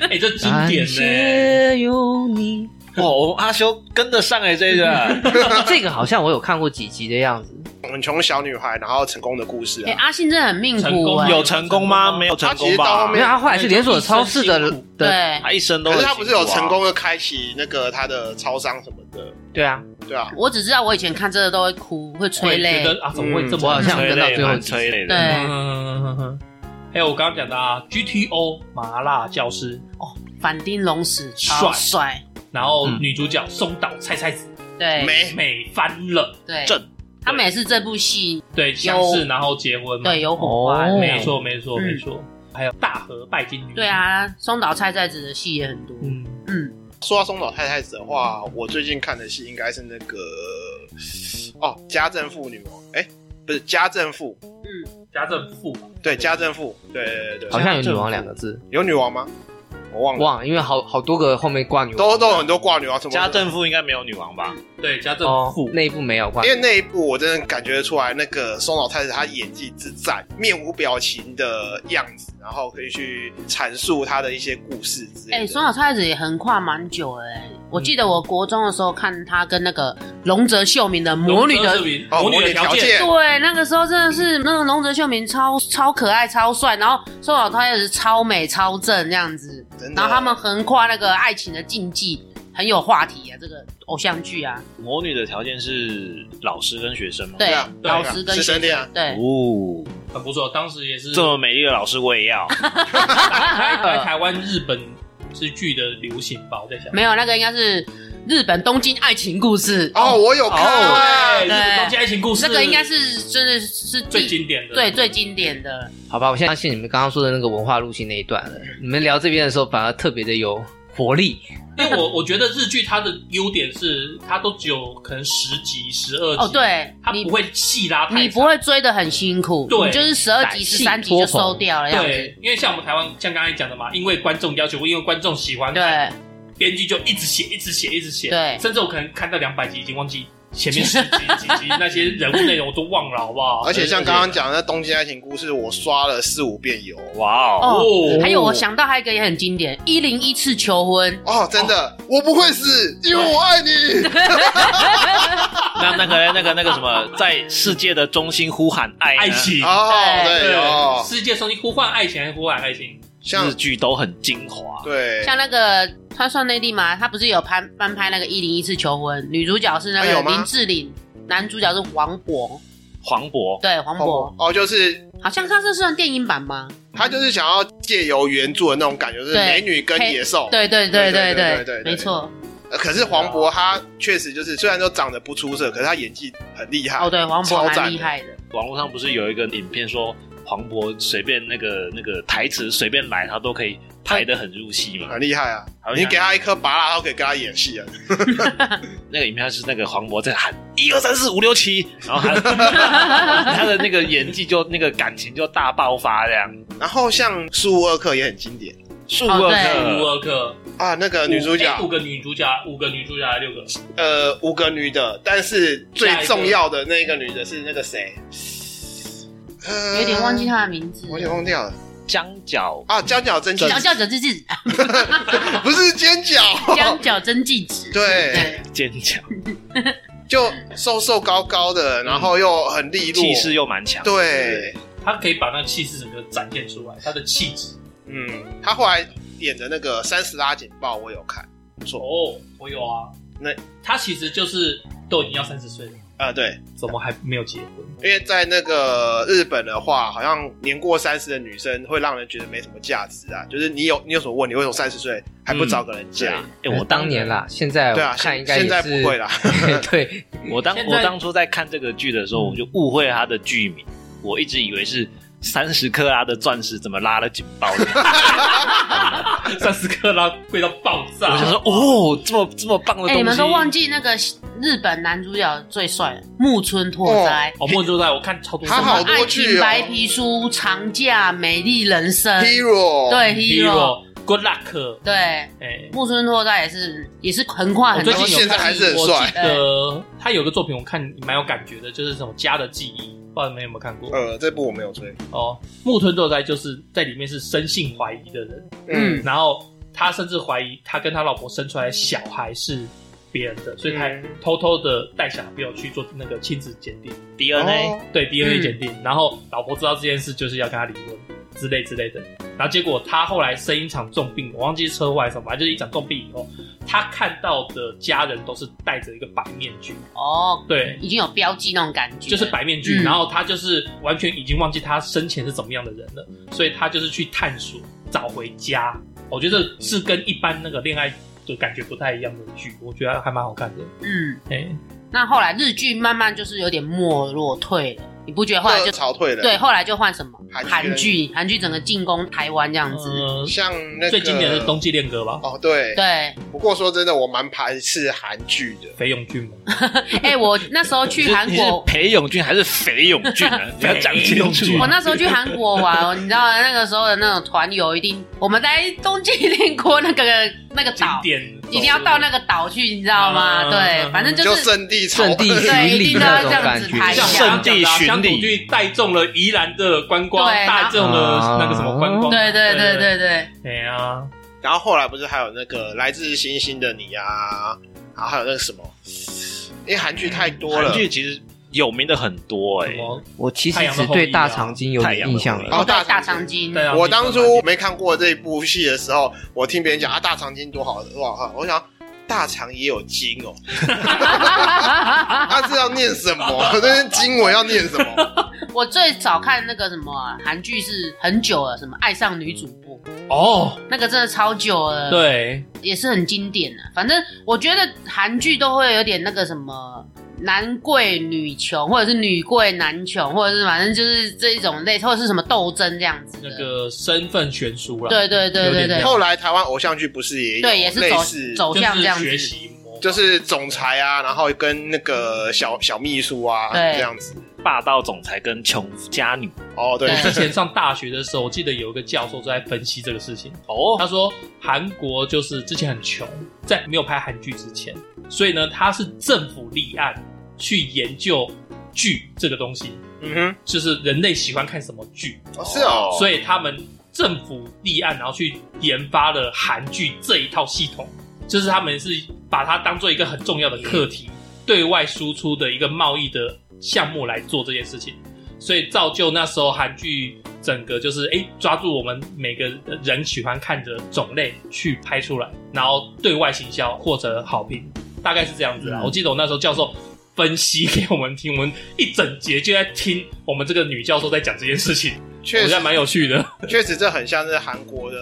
哎、这经典呢、有你，我阿修跟得上哎，这个 这个好像我有看过几集的样子。很穷小女孩，然后成功的故事 哎，啊，阿信真的很命成苦功哎， 有成功吗？没有成他其功实到吧后没面有，啊他后来是连锁超市的对的，对。他一生都可很是辛苦啊。他不是有成功的开启那个他的超商什么的，对啊，对啊，我只知道我以前看这个都会哭，会催会觉泪，得啊，怎么会这么、嗯我好像催跟到泪最后蛮几催泪的。对，嗯， 还有我刚刚讲的啊，GTO 麻辣教师，哦，反町隆史超帅，然后嗯女主角松岛菜菜子对哎没美翻了，对，正他们也是这部戏对，相识然后结婚嘛，对有火花，哦没错没错嗯没错，还有大和拜金女，对，啊，松岛菜菜子的戏也很多，嗯，嗯，说到松岛太太子的话，我最近看的戏应该是那个哦，家政妇女王，哎、不是家政妇，家政妇吧，对家政妇，对对对好对，像有女王两个字，有女王吗？我忘了，忘了，因为好好多个后面挂女王，都都有很多挂女王什么的家，政妇应该没有女王吧？对家政哦妇，，那一部没有挂因，为那一部我真的感觉出来，那个松岛太太她演技之赞，面无表情的样子，然后可以去阐述她的一些故事之类的。哎，松岛菜菜子也横跨蛮久哎、我记得我国中的时候看她跟那个龙泽秀明的《魔女的》。哦魔女魔的女条条件，件对，那个时候真的是那个龙泽秀明超超可爱、超帅，然后松岛菜菜子超美、超正这样子，真的然后他们横跨那个爱情的禁忌，很有话题啊，这个偶像剧啊，魔女的条件是老师跟学生吗？对，对啊对啊老师跟师生恋啊对，哦，很不错，当时也是这么美丽的老师我也 要。啊台台台湾日本日剧的流行吧，我在想。没有那个应该是日本东京爱情故事哦，，我有对，看，日本东京爱情故事，这个应该是真的是第最经典的。对最经典的，好吧，我现在相信你们刚刚说的那个文化路径那一段了。你们聊这边的时候，反而特别的有活力。因为我我觉得日剧它的优点是，它都只有可能十集、十二集，哦，，对它你不会细拉太长你不会追的很辛苦，对你就是十二宰集戏十三集拖就棚收掉了这样子，对，因为像我们台湾，像刚才讲的嘛，因为观众要求，因为观众喜欢，，对编剧就一直写，一直写，一直写，对甚至我可能看到两百集已经忘记前面十集几集那些人物内容我都忘了，好不好？哦而且像刚刚讲的那《东京爱情故事》，我刷了四五遍有。哇哦，哦。哦，还有我想到还有一个也很经典，一零一次求 婚，哦，真的，我不会死，因为我爱你。那那个那个那个什么，在世界的中心呼喊爱呢爱，情，哦，对对哦，世界中心呼唤爱情还是呼唤爱情？像日剧都很精华。对，像那个川上内地嘛，他不是有拍翻拍那个一零一次求婚，女主角是那啊哎个有吗林志玲，男主角是黄渤，黄渤，对黄渤，哦，就是好像他这算电影版吗？他就是想要借由原著的那种感觉，就是对美女跟野兽。对对对对对对对对对没错。呃，可是黄渤他确实就是，虽然说长得不出色，可是他演技很厉害。哦，对，黄渤超赞蛮的厉害的。网络上不是有一个影片说黄渤随便那个那个台词随便来，他都可以拍得很入戏嘛？很厉害啊好！你像给他一颗拔蜡，他都可以跟他演戏啊。那个影片是那个黄渤在喊一二三四五六七，然后 他他的那个演技就那个感情就大爆发这样。然后像《苏二克》也很经典数哦二对五克，二克啊，那呃个女主角哎五个女主角，五个女主角还是六个？呃五个女的，但是最重要的那个女的是那个谁？呃有点忘记，他的名字，我有点忘掉了江角啊！江角真纪脚脚整治子，不是尖角，江角真纪子，对对，尖角，就瘦瘦高高的，然后又很利落，气势又蛮强。对，他可以把那个气势整个展现出来，他的气质。嗯，他后来演的那个《三十拉警报》，我有看，哦，我有啊，那他其实就是都已经要三十岁了，啊、对，怎么还没有结婚？因为在那个日本的话，好像年过三十的女生会让人觉得没什么价值啊，就是你有你有什么问题，为什么三十岁还不找个人对嫁？，哎，我当年啦，现在对啊我，看现应该也现在是不会啦。 对，我当现在我当初在看这个剧的时候，我就误会了它的剧名，我一直以为是三十克拉的钻石怎么拉了警报的， 三十克拉贵到爆炸，我就说哦，这么这么棒的哎、东西，你们都忘记那个日本男主角最帅的木村拓哉，哦，莫就在我看超多，他好多爱剧情哦白皮书、长假、美丽人生， Hero，对 hero， hero good luck，对哎，木村拓哉也是也是横跨我很最多近有现在还是很帅我记得他有个作品，我看蛮有感觉的，就是什么《家的记忆》，不知道你们有没有看过？呃，这部我没有追。哦，木村拓哉就是在里面是深信怀疑的人，嗯然后他甚至怀疑他跟他老婆生出来的小孩是别人的，所以他还嗯偷偷的带小朋友去做那个亲子鉴定， DNA，哦对 DNA 嗯鉴定，然后老婆知道这件事，就是要跟他离婚之类之类的。然后结果他后来生一场重病，我忘记是车祸还是什么，反正就是一场重病以后，他看到的家人都是戴着一个白面具，哦，对，已经有标记那种感觉，就是白面具，嗯然后他就是完全已经忘记他生前是怎么样的人了，所以他就是去探索找回家。我觉得是跟一般那个恋爱的感觉不太一样的剧，我觉得还蛮好看的。嗯。哎、那后来日剧慢慢就是有点没落退了，你不觉得后来就热潮退了，对，，后来就换什么呃韩剧韩剧，韩剧整个进攻台湾这样子，呃，像那个最经典的《冬季恋歌》吧，哦，对。对，不过说真的，我蛮排斥韩剧的。裴勇俊嘛，哎、我那时候你去是韩你是国，裴勇俊还是肥勇俊 啊？你要讲清楚我啊。那时候去韩国玩，哦你知道那个时候的那种团游，一定我们在东京帝国那个那个经岛，典哦一定要到那个岛去，你知道吗？嗯对，反正就是圣地朝圣地对，巡一礼定都要那这种样感子觉拍一像下。圣地巡礼啊乡土剧带中了宜兰的观光，对带中了啊那个什么观光，对对对对对对，对啊， 然后后来不是还有那个来自星星的你啊，然后还有那个什么，因为韩剧太多了，韩剧其实有名的很多哎嗯什，么我其实太阳的只后裔对大啊长今有太阳点的印象后裔了。哦对大大长长今，对啊我当初没看过这部戏的时候，我听别人讲啊，大长今多好多好看，我想大肠也有经哦， 他、是要念什么？ 这是经文要念什么？我最早看那个什么啊韩剧是很久了，什么爱上女主播，哦，那个真的超久了。。对，也是很经典的、啊反正我觉得韩剧都会有点那个什么男贵女穷，或者是女贵男穷，或者是反正就是这一种类，或者是什么斗争这样子的。那个身份悬殊了，对对对对有点对像后来台湾偶像剧不是也有对，也是类走似走向就这样是子。学习模仿，就是总裁啊，然后跟那个小小秘书啊对这样子。霸道总裁跟穷家女哦，对，之前上大学的时候，我记得有一个教授在分析这个事情。哦，他说，韩国就是之前很穷，在没有拍韩剧之前，所以呢，他是政府立案去研究剧这个东西，嗯就是人类喜欢看什么剧，哼，哦是哦，所以他们政府立案，然后去研发了韩剧这一套系统，就是他们是把它当做一个很重要的课题，对外输出的一个贸易的项目来做这件事情，所以造就那时候韩剧整个就是哎、诶抓住我们每个人喜欢看的种类去拍出来，然后对外行销获得好评，大概是这样子啦。我记得我那时候教授。分析给我们听，我们一整节就在听我们这个女教授在讲这件事情。确我觉实得蛮有趣的。确实这很像是韩国的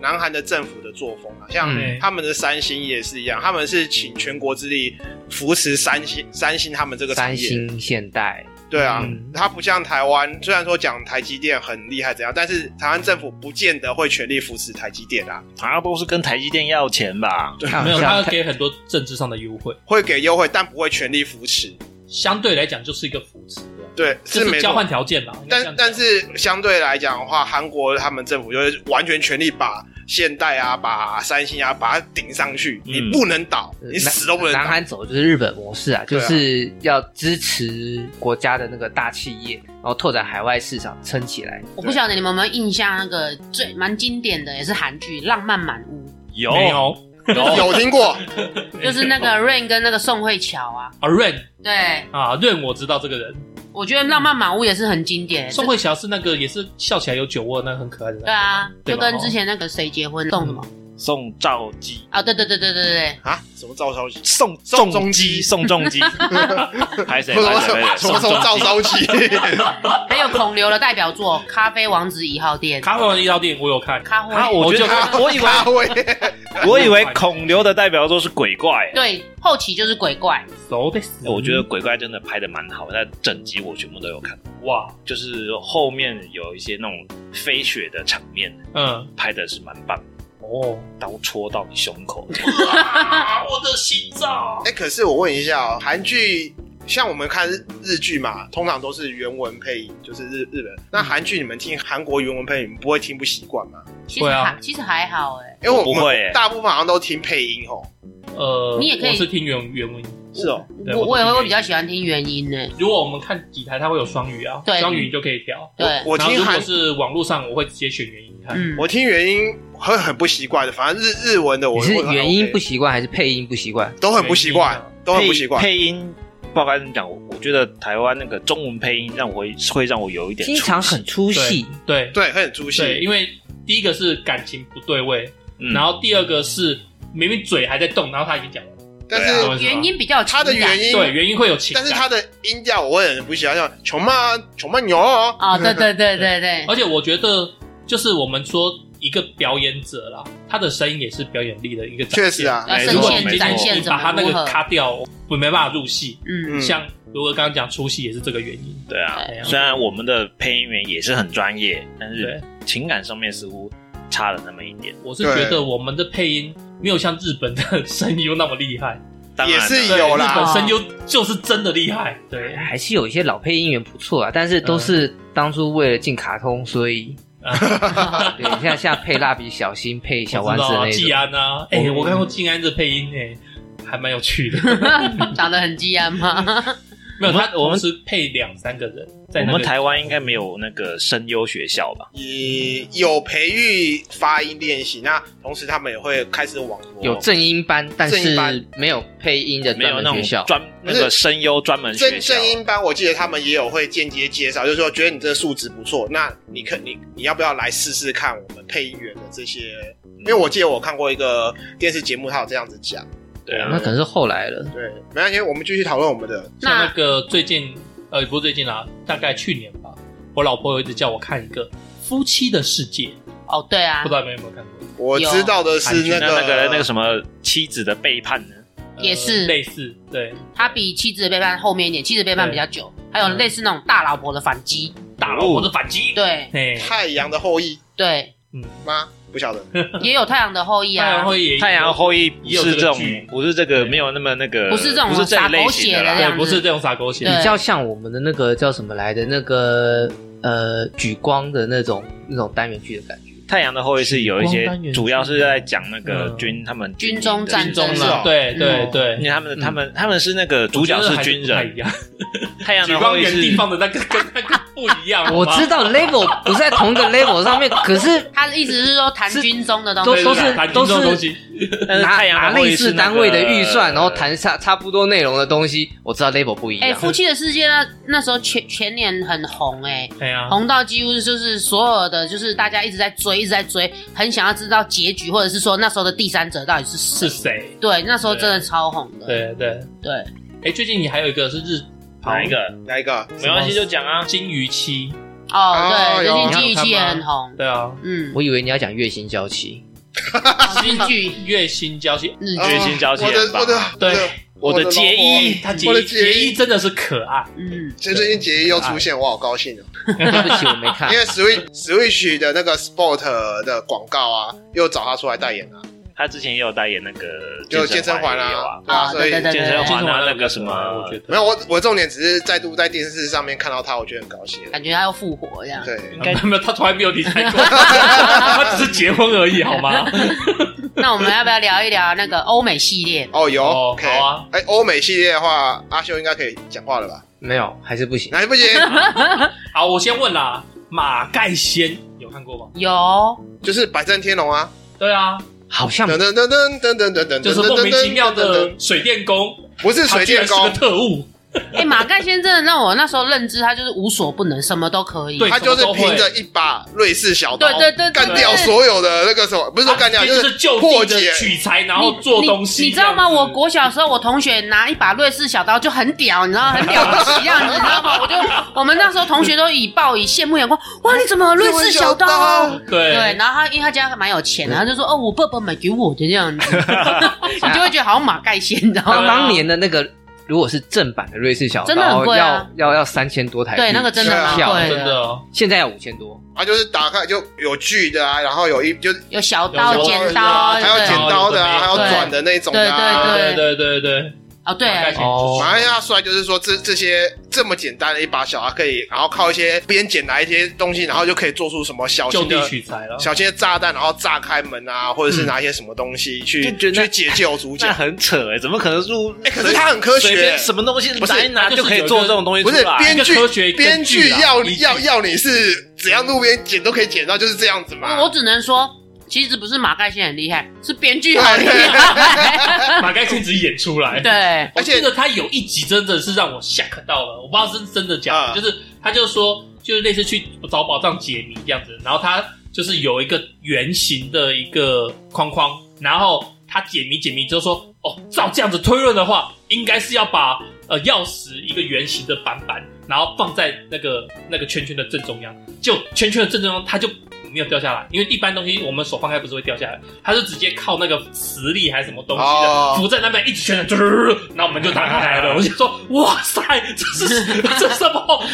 南韩的政府的作风啊，像嗯他们的三星也是一样，他们是请全国之力扶持三星三星他们这个产三业。星现代，对啊，嗯它不像台湾，虽然说讲台积电很厉害怎样，但是台湾政府不见得会全力扶持台积电啊，好像都是跟台积电要钱吧？看没有，一他下要给很多政治上的优惠，会给优惠，但不会全力扶持。相对来讲就是一个扶持的，对，就是没是交错换条件啦。应该这但样讲但是相对来讲的话，韩国他们政府就是完全全力把现代啊、把三星啊，把它顶上去，嗯你不能倒，呃啊你死都不能南倒。韩走的就是日本模式啊，就对啊是要支持国家的那个大企业，然后拓展海外市场，撑起来。我不晓得你们有没有印象，那个最蛮经典的也是韩剧《浪漫满屋》。有没有有听过？就是那个 Rain 跟那个宋慧乔 啊，啊润对，啊润，我知道这个人。我觉得《浪漫满屋》也是很经典。宋慧乔是那个也是笑起来有酒窝那个很可爱的对那啊，对就吧嗯跟之前那个谁结婚送什么宋兆基。啊？对对对对对对，啊，什么照烧鸡？宋仲宋仲基，基宋仲基， 拍谁？什么拍什谁？么拍什谁？么什么照烧鸡？还有孔刘的代表作《咖啡王子一号店个。》。咖啡王的一道店我有看，咖啡啊我觉得咖 我以为咖位哎我以为孔刘的代表作是鬼怪，哎对，后期就是鬼怪，熟的，我觉得鬼怪真的拍的蛮好，那整集我全部都有看，哇，就是后面有一些那种飞雪的场面，嗯，拍的是蛮棒的，哦，刀戳到你胸口，啊，我的心脏哎、可是我问一下哦，韩剧像我们看日日剧嘛，通常都是原文配音，就是日日本。那韩剧你们听韩国原文配音，你们不会听不习惯吗？其实对啊还其实还好哎。因为我 我不们会欸耶大部分好像都听配音哦。呃，你也可以我是听原原文。是哦，对我我我也懂会你比较喜欢听原音呢。如果我们看几台，它会有双语啊，对双语你就可以调。对，我然后听如果韩是网络上，我会直接选原音看。嗯，我听原音会很不习惯的，反正日日文的我你是我很原音 OK 不习惯还是配音不习惯？都很不习惯，啊都很配不习惯。配音。不知道该怎么讲，我我觉得台湾那个中文配音让我会会让我有一点经常很出戏，对对，会很出对，戏。因为第一个是感情不对位，嗯然后第二个是明明嘴还在动，然后他已经讲完了。但是对啊原音比较有情它的感原因，对，原因会有情感，但是它的音调我会很不喜欢，像穷骂穷骂牛哦，啊，对对对对对，而且我觉得，就是我们说一个表演者啦，他的声音也是表演力的一个展现确实。啊，要呃没声哎如错果你没线今错展天现你怎把他么那如个何？卡掉，我没办法入戏。嗯，嗯像如果刚刚讲出戏也是这个原因，对哎啊对，虽然我们的配音员也是很专业，但是对情感上面似乎差了那么一点。我是对觉得我们的配音没有像日本的声优那么厉害，当然也了是对有日啦本。声优就是真的厉害，对，还是有一些老配音员不错啊，但是嗯都是当初为了进卡通，所以啊对，像像配蜡笔小新、配小我丸知子道啊，那季种，安啊，哎、我看过静安的配音，哎、还蛮有趣的。 嗯长得很激安 吗？没有他，我们我们是配两三个人在我那们个台湾应该没有那个声优学校吧？也有培育发音练习，那同时他们也会开始网罗有正音班，但正音是班没有配音的没有专那门种学校。专那不是个声优专门学正校。正音班，我记得他们也有会间接介绍，就是说觉得你这个素质不错，那你可你你要不要来试试看我们配音员的这些？因为我记得我看过一个电视节目，他有这样子讲。对那啊，可能是后来了。对，没关系，我们继续讨论我们的。像那那个最近，呃，不是最近啦、大概去年吧，我老婆有一直叫我看一个《夫妻的世界》，哦，对啊不知，道你们有没有看过？我知道的是那那个那个那个什么妻子的背叛呢？呃也是类似，对，他比妻子的背叛后面一点，妻子的背叛比较久，还嗯有类似那种大老婆的反击，打老婆的反击，对哎，太阳的后裔对，吗？不晓得。也有太阳的后裔太啊阳，会也太阳后裔不也有是这这个种剧，不是这个，没有那么那个，不是这种不是这一撒狗类血型的的这啦。样对，子不是这种撒狗血，对比较像我们的那个叫什么来的那个呃举光的那种那种单元剧的感觉。太阳的后裔是有一光些单元，主要是在讲那个嗯军他们军中的战军中争是哦了，啊对对嗯因对，为他们他们他们是那个主角是军我觉得还不太一人，样，太阳举的后光裔原是地放的那个跟那个不一啊样，我知道 level 不是在同一个 level 上面，可 是他的意思是说谈是军中的东都西，啊都好是吧谈都军中是东西，但是拿太阳拿的后裔类似是那单位的个预算，然后谈差差不多内容的东西，我知道 level 不一 哎，样。夫妻的世界那那时候前前年很红哎，哎呀，红到几乎就是所有的就是大家一直在追，一直在追，很想要知道结局，或者是说那时候的第三者到底是谁。是谁？对，那时候真的超红的。对对，对，哎，最近你还有一个是日哪一？个？哪一个？没关系，就讲啊。金鱼期，哦，对，有最近金鱼期也很红。对啊，嗯，我以为你要讲月薪娇妻，日剧月薪娇妻，日啊剧，月薪娇妻我很的棒我的对我的我的结衣他结我的衣结衣结衣真的是可爱，嗯，所以最近杰伊又出现，我好高兴哦！对不起我没看 因。为 Switch Switch 的那个 Sport 的广告啊，又找他出来代言啊了，他之前也有代言那个就健身环也有啊啊，，对啊，啊，所对以对对健身对，环其实啊我那个什么我觉得没有我我重点只是再度在电视上面看到他，我觉得很高兴。感觉他要复活这样。对，应该啊没有，他从来没有离开过，他只是结婚而已，好吗？那我们要不要聊一聊那个欧美系列？哦有哦 OK，好啊哎，欧美系列的话，阿修应该可以讲话了吧？没有，还是不行。哪里不行？好，我先问啦，马盖先有看过吗？有就是《百战天龙》啊，对啊，好像噔噔噔噔噔噔噔噔，就是莫名其妙的水电工，不是水他电居工然是个，特务，哎、马盖先生让我那时候认知他就是无所不能，什么都可以。对他就是凭着一把瑞士小刀，对对对对干掉对所有的那个什么，不是说干掉，啊他就是就破地的解。取材，然你后做东西你，你知道吗？这样我子国小的时候，我同学拿一把瑞士小刀就很屌，你知道，很屌不起样，你知道吗？我就我们那时候同学都以报以羡慕眼光，哇，你怎么有瑞士小 刀啊？对，对然后他因为他家蛮有钱的，他就说：“哦，我爸爸买给我的这样子。”你就会觉得好像马盖先，你知道当吗？当年的那个，如果是正版的瑞士小刀，啊真的很贵啊要要要三千多台币，对，那个真的是啊蛮跳贵真的哦，现在要五千多，他就是打开就有锯的啊，然后有一就有小刀有、剪刀，刀还有对剪刀的啊，还有对转的那种的啊。对对对对对，哦，对，大概是哦马来西亚帅就是说这这些这么简单的一把小刀可以，然后靠一些编捡来一些东西，然后就可以做出什么小就型地的取材了。小型的炸弹，然后炸开门啊，或者是拿一些什么东西去就觉得去解救主角那。很扯哎、怎么可能入？哎，可是他很科随学便，什么东西不是拿一拿它就就是可以有做一个这种东西不出是来？编一剧个科学根据啦编剧要依据要要你是怎样路边捡都可以捡到，就是这样子嘛。我我只能说，其实不是马盖先很厉害，是编剧 好 厉害。马盖先只是演出来，对，我而且记得他有一集真的是让我吓到了，我不知道是真的假的，啊就是他就说，就是类似去找宝藏解谜这样子，然后他就是有一个圆形的一个框框，然后他解谜解谜就说，哦，照这样子推论的话，应该是要把呃钥匙一个圆形的板板，然后放在那个那个圈圈的正中央，就圈圈的正中央，它就。没有掉下来，因为一般东西我们手放开不是会掉下来，它就直接靠那个磁力还是什么东西的、哦浮在那边一直旋转，啾那我们就打开来了。我就说，哇塞，这是 这是什么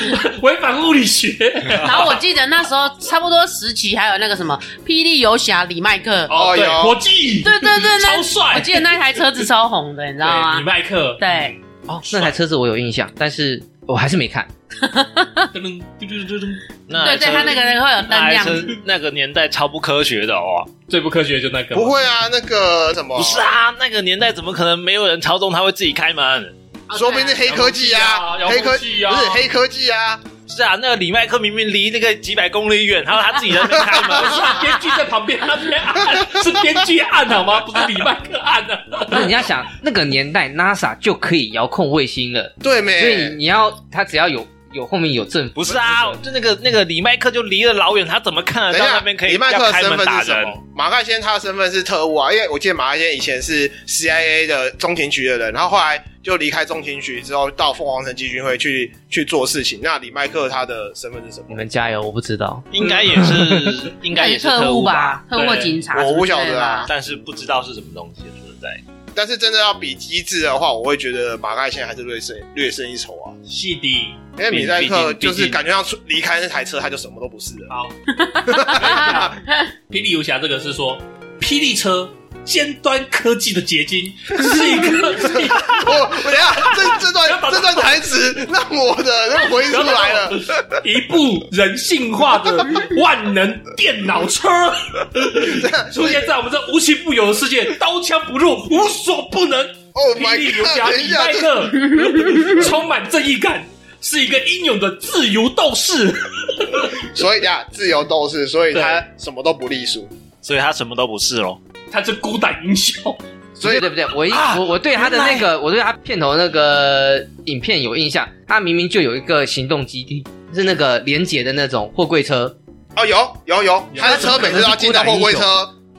违反物理学？然后我记得那时候差不多十期，还有那个什么《霹雳游侠》李麦克，哦，对，有火计，对对对，那超帅，我记得那台车子超红的，你知道哎对，吗李？麦克，对，哦，那台车子我有印象，但是我还是没 看。噔噔噔噔噔噔那对对，他那个人会有灯那亮还。是那个年代超不科学的哦。最不科学就那个，不会啊，那个什么，不是，啊，那个年代怎么可能没有人操纵他会自己开门？哦说不定是黑科技啊，遥控黑器啊遥控器啊科不是黑科技啊，是啊，那个李麦克明明离那个几百公里远，他他自己在那边开不门。 是啊，编剧在旁边，他边按，是编剧按好吗？不是李麦克按的。不是你要想，那个年代 NASA 就可以遥控卫星了，对所以你没？你要它只要有有后面有政府，不是啊，就那个那个李麦克就离得老远，他怎么看等一得到下，那边可以李麦克要的开身门份打是什人？么？马盖先他的身份是特务啊，因为我记得马盖先以前是 CIA 的中情局的人，然后后来就离开中情局之后到凤凰城基金会去去做事情。那李麦克他的身份是什你嗯么？们加油，我不知道。应该也 是应该也是特务务？吧，特务或对警察，我不晓得啊。。但是不知道是什么东西的存在。但是真的要比机制的话，我会觉得马盖先还是略胜略胜一筹啊，戏底，因为米赛毕克竟就毕是竟感觉上出离开那台车他就什么都不是了。 好，霹雳游侠这个是说，霹雳车尖端科技的结晶，是一个是一个我我等一下这 这段这段台词让我的那个回忆 出 来了。一部人性化的万能电脑车， 出现在我们这无奇不有的世界，刀枪不入，无所不能。 Oh 霹 my 雳游 god！侠等一李下，麦这克，充满正义感，是一个英勇的自由斗士。所以等一下自由斗士，所以他什么都不隶属。所以他什么都不是咯。他是孤胆英雄，所以对不对？我一、啊我我对他的那个，我对他片头那个影片有印象，他明明就有一个行动基地，是那个连接的那种货柜车，哦，有有有，有他的车每次都要进到货柜车，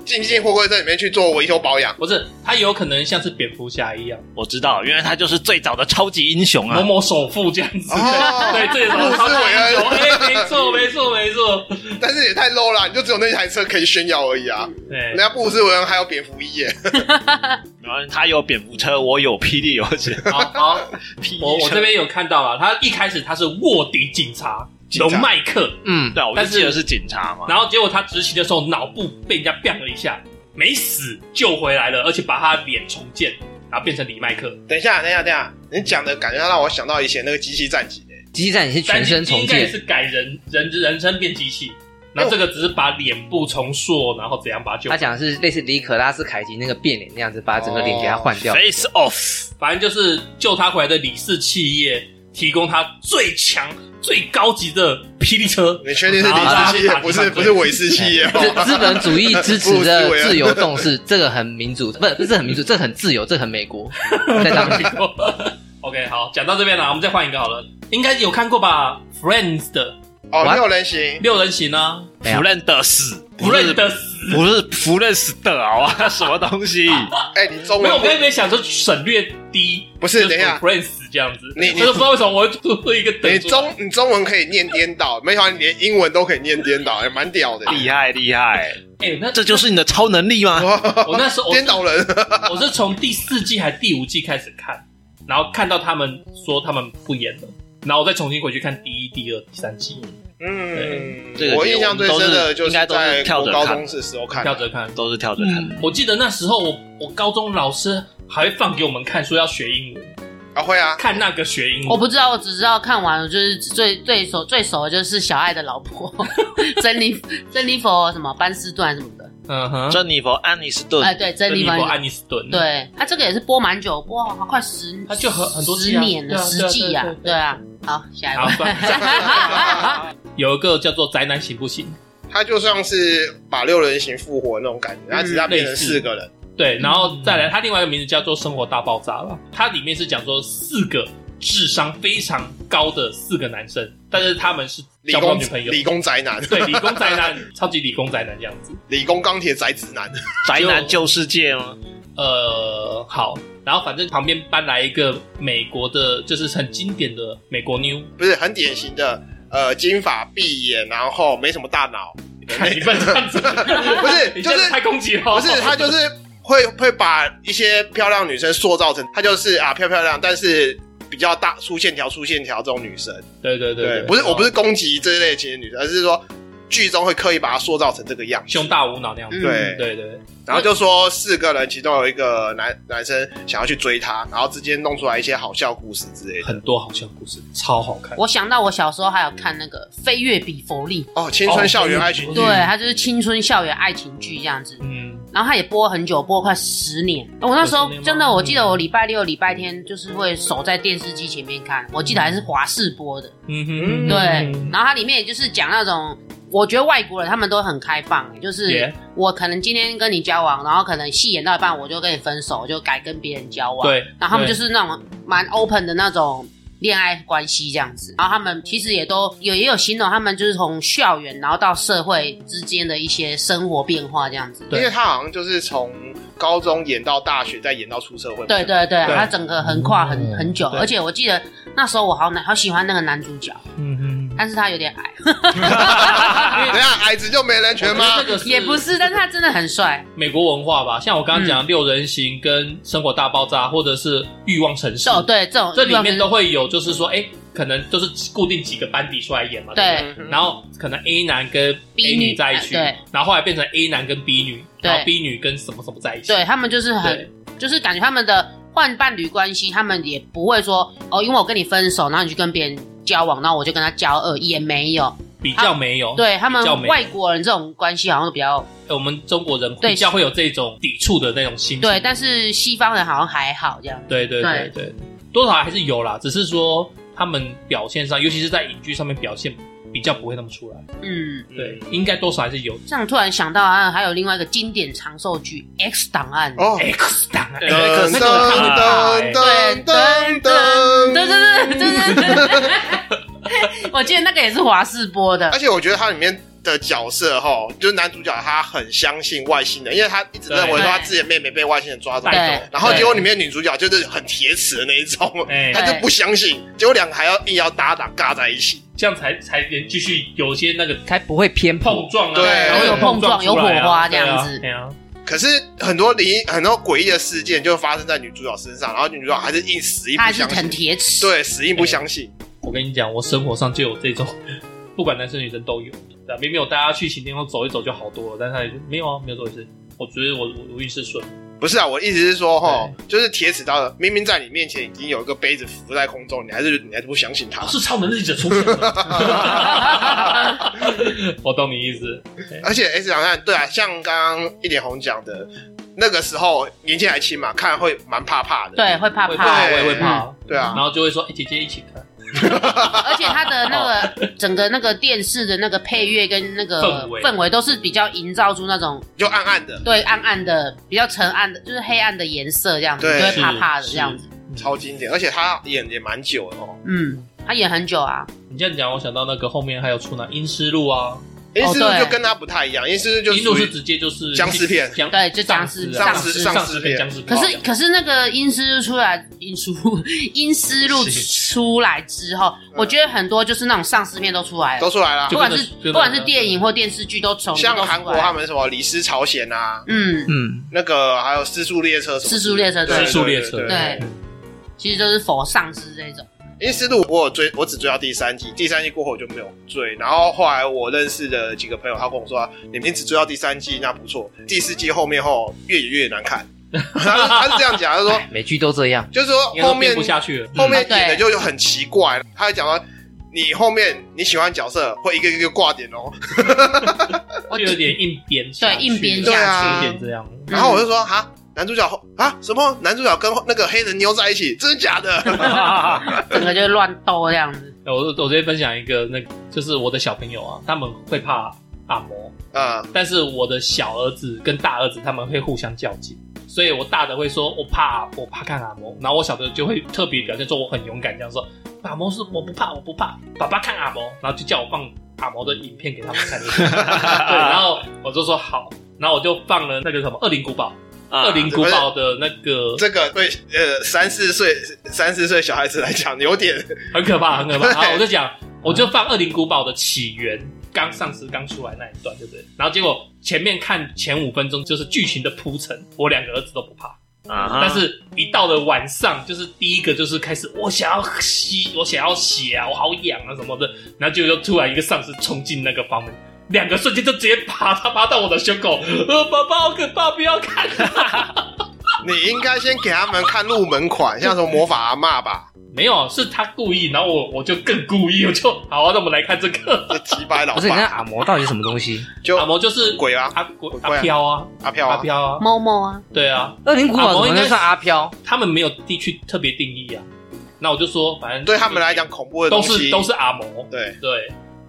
进进货柜车里面去做维修保养。不是他有可能像是蝙蝠侠一样，我知道，原来他就是最早的超级英雄某啊！某首富这样子。哦对，这也是路超级斯韦 英雄。恩，哎，没错，没错，没错。但是也太 low 了，你就只有那台车可以炫耀而已啊！对人，家布鲁斯韦恩还有蝙蝠衣耶，然后他有蝙蝠车，我有霹雳游侠，好好。霹 雳我我车这边有看到了，啊他一开始他是卧底警察警龙察麦克，嗯， 对啊，我但就是记得是警察嘛。然后结果他执勤的时候脑部被人家 bang 了一下，没死，救回来了，而且把他脸重建，然后变成李麦克，等一下，等一下，等一下，你讲的感觉让我想到以前那个机器战警欸耶，机战也是全身重应该也建，是改人人人生变机器。然后这个只是把脸部重塑，然后怎样把它救他？讲的是类似里可拉斯凯奇那个变脸那哦样子，把整个脸给他换掉。哎 Face off，反正就是救他回来的李氏企业提供他最强、最高级的霹雳车。 你确定是然后林让氏企业他，打不是地板不队是韦氏企业哦？资资本主义支持的 不是自由动势，这个很民主，不是这很民主，这很自由，这很美国。在当时 OK，好，讲到这边了，我们再换一个好了。应该有看过吧？Friends 的哦， What？六人行，六人行啊，没有福认的死，不认得死。不是福认死的啊， 什么 东西？哎，你中没文有，我刚才没想说省略低，不是就等一下 Friends 这样子。你你就是不知道为什么我会做一个等你出 来中你中文可以念颠倒，没想到你连英文都可以念颠倒，也蛮屌的。厉害厉害，哎，那这就是你的超能力吗？我那时候我颠倒人，我是从第四季还是第五季开始看，然后看到他们说他们不演了，然后我再重新回去看第一、第二、第三季，嗯这，个我印象最深的就应该都是在跳我着高看中的时候看的跳，着看。都是跳着看，我记得那时候我我高中老师还会放给我们看，说要学英文，啊 会啊，看那个学英文。我不知道，我只知道看完了就是最最熟最熟的就是小爱的老婆珍妮珍妮佛什么班斯顿什么的，嗯哼，珍妮佛·安妮斯顿哎、对珍呃珍妮妮佛佛，·安妮斯顿，，对他这个也是播蛮久，播好像快十，他就很很多季十啊年了，对啊十季啊对啊，对啊，好下一好算 位，有一个叫做《宅男行不行》，他就像是把六人行复活那种嗯感觉，他只是他变成类似四个人，嗯对，然后再来，它另外一个名字叫做《生活大爆炸》了。它里面是讲说四个智商非常高的四个男生，但是他们是理交不到工女朋友，理工宅男，对理工宅男，超级理工宅男这样子。 理工钢铁宅直男，宅男救世界吗？嗯呃，好，然后反正旁边搬来一个美国的，就是很经典的美国妞，不是很典型的呃金发碧眼，然后没什么大脑， 看你笨 这样子，不是你 这就样子是太攻击了，不是他就是会会把一些漂亮女生塑造成，他就是啊漂漂亮，但是比较大粗线条粗线条这种女生。 对对对，对，不是我不是是攻击这一类型的女生，而是说剧中会刻意把她塑造成这个样子。胸大无脑那样子，对对对，然后就说四个人其中有一个男男生想要去追她，然后之间弄出来一些好笑故事之类的。很多好笑的故事，超好 看。我想到我小时候还有看那个《飞跃比佛利》，哦，青春校园爱情剧，对，它就是青春校园爱情剧这样子，嗯，然后它也播很久，播快十年。我那时候有十年吗嗯真的，我记得我礼拜六、礼拜天就是会守在电视机前面看，我记得还是华视播的。嗯哼，对，然后它里面也就是讲那种，我觉得外国人他们都很开放、就是耶我可能今天跟你交往，然后可能戏演到一半我就跟你分手，就改跟别人交往。对，然后他们就对是那种蛮 open 的那种恋爱关系这样子。然后他们其实也都有也有形容他们就是从校园然后到社会之间的一些生活变化这样子。因为他好像就是从高中演到大学，再演到出社会。对，对对，对他整个横跨很嗯很久，对而且我记得那时候我好难好喜欢那个男主角，嗯哼。但是他有点矮， 等一下矮子就没人权吗我觉得这？个也不是，嗯但是他真的很帅。美国文化吧，像我刚刚讲的六人行跟生活大爆炸，或者是欲望城市，哦，对，这种这里面都会有，就是说，哎，可能都是固定几个班底出来演嘛，对不对。然后可能 A 男跟 B A 女女在一起哎对，然后后来变成 A 男跟 B 女，对然后 B 女跟什么什么在一起，对他们就是很对，就是感觉他们的换伴侣关系，他们也不会说哦，因为我跟你分手，然后你去跟别人交往，然后我就跟他交恶，也没有。比较没有。对他们哦比较没有外国人这种关系好像比较哎我们中国人对比较会有这种抵触的那种心情。对，但是西方人好像还好这样。对对对对，多少还是有啦，只是说他们表现上，尤其是在影剧上面表现比较不会那么出来。嗯，对，应该多少还是有。这样突然想到啊，还有另外一个经典长寿剧《X 档案》。哦， X 档案，哎噔可噔呃是那个很好看噔欸噔噔对对噔。对对对对，我记得那个也是华视播的而。且我觉得它里面的角色哈，就是男主角他很相信外星人，因为他一直认为说他自己的妹妹被外星人抓走，带走然后对结果里面女主角就是很铁齿的那一种，哎他就不相信，结果两个还要硬要搭档尬在一起，这样才才能继续有些那个才不会偏颇碰。撞啊，对然后有碰撞碰撞出来啊有火花这样子对啊，对啊可是很多灵很多诡异的事件就发生在女主角身上，然后女主角还是硬死硬他还不是相很信，铁齿。，对，死硬不相信。我跟你讲，我生活上就有这种， 不管男生女生都有。对啊明明我大家去晴天宫走一走就好多了，但是他也就没有啊，没有走一次。我觉得我我我运势顺，不是啊，我的意思是说，哈，就是铁齿刀的，明明在你面前已经有一个杯子浮在空中，你还是你还啊是不相信他我，是超能力者出现了。 我懂你意思，而且 S 档案对啊，像刚刚一脸红讲的，那个时候年纪还轻嘛，看会蛮怕怕的。对，会怕会怕，怕我。也会怕，对啊然后就会说，哎，姐姐一起看，而且它的那 个哦整个那个电视的那个配乐跟那个氛围氛围都是比较营造出那种就暗暗的，对暗暗的、比较沉暗的，就是黑暗的颜色这样子，对你就会是怕怕的是这样子。超经典，而且他演也蛮久的哦。嗯，他演很久啊，你这样讲，我想到那个后面还有出那《阴尸路》啊，因为是不哦对是就跟他不太一样？因为是不是就《阴路》属是于直接就是僵尸片僵对就僵尸尸啊丧尸丧丧尸尸片片僵尸片。可是可是那个阴丝出来，阴丝路阴丝路出来之后，嗯我觉得很多就是那种丧尸片都出来都了，出来了不就？管跟是着不管是电影或电视剧都从像都出韩国啊来了他们什么《李斯朝鲜》啊，嗯，嗯，那个还有《失速列车》什么四速列车对失对速列车对对，其实就是否丧尸这种，因为《失路》我有追，我只追到第三集，第三季过后我就没有追。然后后来我认识的几个朋友，他跟我说，你们只追到第三季那不错，第四季后面后越演越难 看。他是他是这样讲，他说哎美剧都这样，就是说应该后都编面不下去了。后面演的就很奇怪，他还讲到你后面你喜欢角色会一个一个挂点哦，我就有点硬编下对去，硬编对下啊有去，点这样。然后我就说哈。男主角后啊什么？男主角跟那个黑人妞在一起，真的假的？ 整个就乱斗这样子， 我我直接分享一个，那个就是我的小朋友啊，他们会怕按摩，啊，但是我的小儿子跟大儿子他们会互相较劲，所以我大的会说我怕我怕看阿摩，然后我小的就会特别表现说我很勇敢，这样说阿摩是我不怕我不怕，爸爸看阿摩，然后就叫我放阿摩的影片给他们 看，对，然后我就说好，然后我就放了那个什么《恶灵古堡》啊恶灵古堡》的那个这个对呃三四岁三四岁小孩子来讲有点很可怕，很 可怕。对然后我就讲，我就放《恶灵古堡》的起源刚上市刚出来那一段，对不对？然后结果前面看前五分钟就是剧情的铺陈，我两个儿子都不怕，啊哈，但是一到了晚上，就是第一个就是开始我想要吸，我想要血啊，我好痒啊什么的，然后结果就突然一个丧尸冲进那个房门。两个瞬间就直接爬，他爬到我的胸口，呃，爸爸好可怕，不要看、你应该先给他们看入门款，像什么魔法阿嬷吧， 没有，是他故意，然后我我就更故意，我就好、啊，那我们来看这个。这几百老不是你看爸阿嬷到底是什么东 西？就阿嬷就是鬼啊阿鬼鬼怪啊阿飘啊，阿飘阿啊，飘 啊，某某啊，对啊，恶灵古堡阿嬷怎么应该能是算阿飘？他们没有地区特别定义啊。那我就说，反正对他们来讲恐怖的都东是西都是阿嬷，对，对，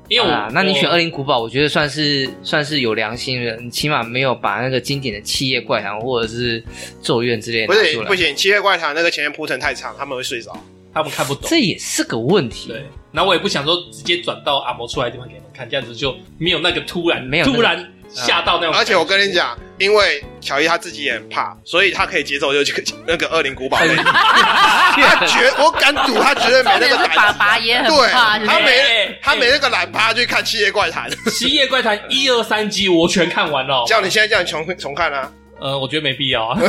因为我、啊，那你选《我恶灵古堡》，我觉得算是算是有良心的，你起码没有把那个经典的《七夜怪谈》或者是《咒怨》之类不的拿出行来不，行，七夜怪谈那个前面铺陈太长，他们会睡着。他们看不懂，这也是个问题。对。然后我也不想说直接转到阿嬷出来的地方给你们看，这样子就没有那个突然没有那个啊突然吓到那种感觉、而且我跟你讲，因为乔伊他自己也很怕，所以他可以接受就去那个恶灵古堡类。他绝，我敢赌他绝对没重那点个是爸胆。爸也很对怕，他没哎他没那个懒趴去看《七夜怪谈》， 《七夜怪谈》一二三集我全看完了， 叫你现在叫你重重看啊！呃，我觉得没必 要啊。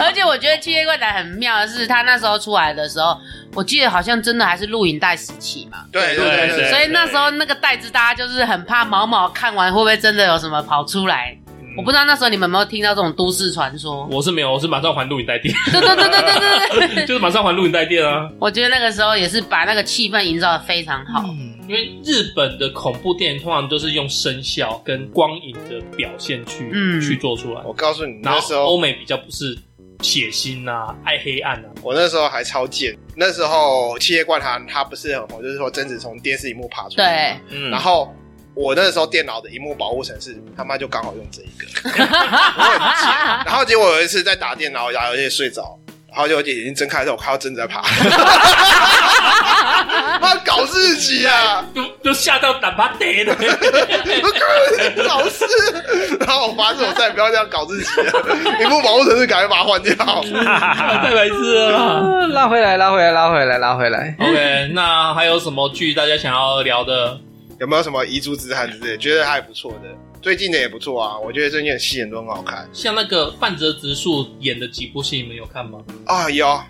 而且我觉得《七夜怪谈》很妙的是，他那时候出来的时候，我记得好像真的还是录影带时期嘛，对对对对对，所以那时候那个袋子大家就是很怕毛毛看完会不会真的有什么跑出来。嗯我不知道那时候你们有没有听到这种都市传 说？我是没有，我是马上还录影带店， 对对对对对对对，就是马上还录影带店啊。我觉得那个时候也是把那个气氛营造的非常好。嗯因为日本的恐怖电影通常都是用声效跟光影的表现去、嗯去做出来，我告诉你，然哦那时后欧候美比较不是血腥啊、爱黑暗啊，我那时候还超贱，那时候《七夜怪谈》它不是很红，就是说贞子从电视荧幕爬出来，对，嗯然后。我那时候电脑的荧幕保护程式，他妈就刚好用这一个，我很贱。然后结果有一次在打电脑，然后有一天睡着，然后就眼睛睁开的时候，我看到贞子在爬， 妈搞自己啊！就就吓到胆巴得的。老师，然后我发誓我再也不要这样搞自己了。你不保护城市，赶快把它换掉。 太白痴 了啦。啊拉回来，拉回来，拉回来，拉回来。 OK，那还有什么剧大家想要聊的？有没有什么遗珠之憾之类的？觉得还不错的，最近的也不错啊。我觉得最近的戏演都很好看像那个半泽直树演的几部戏，你们有看吗？啊。有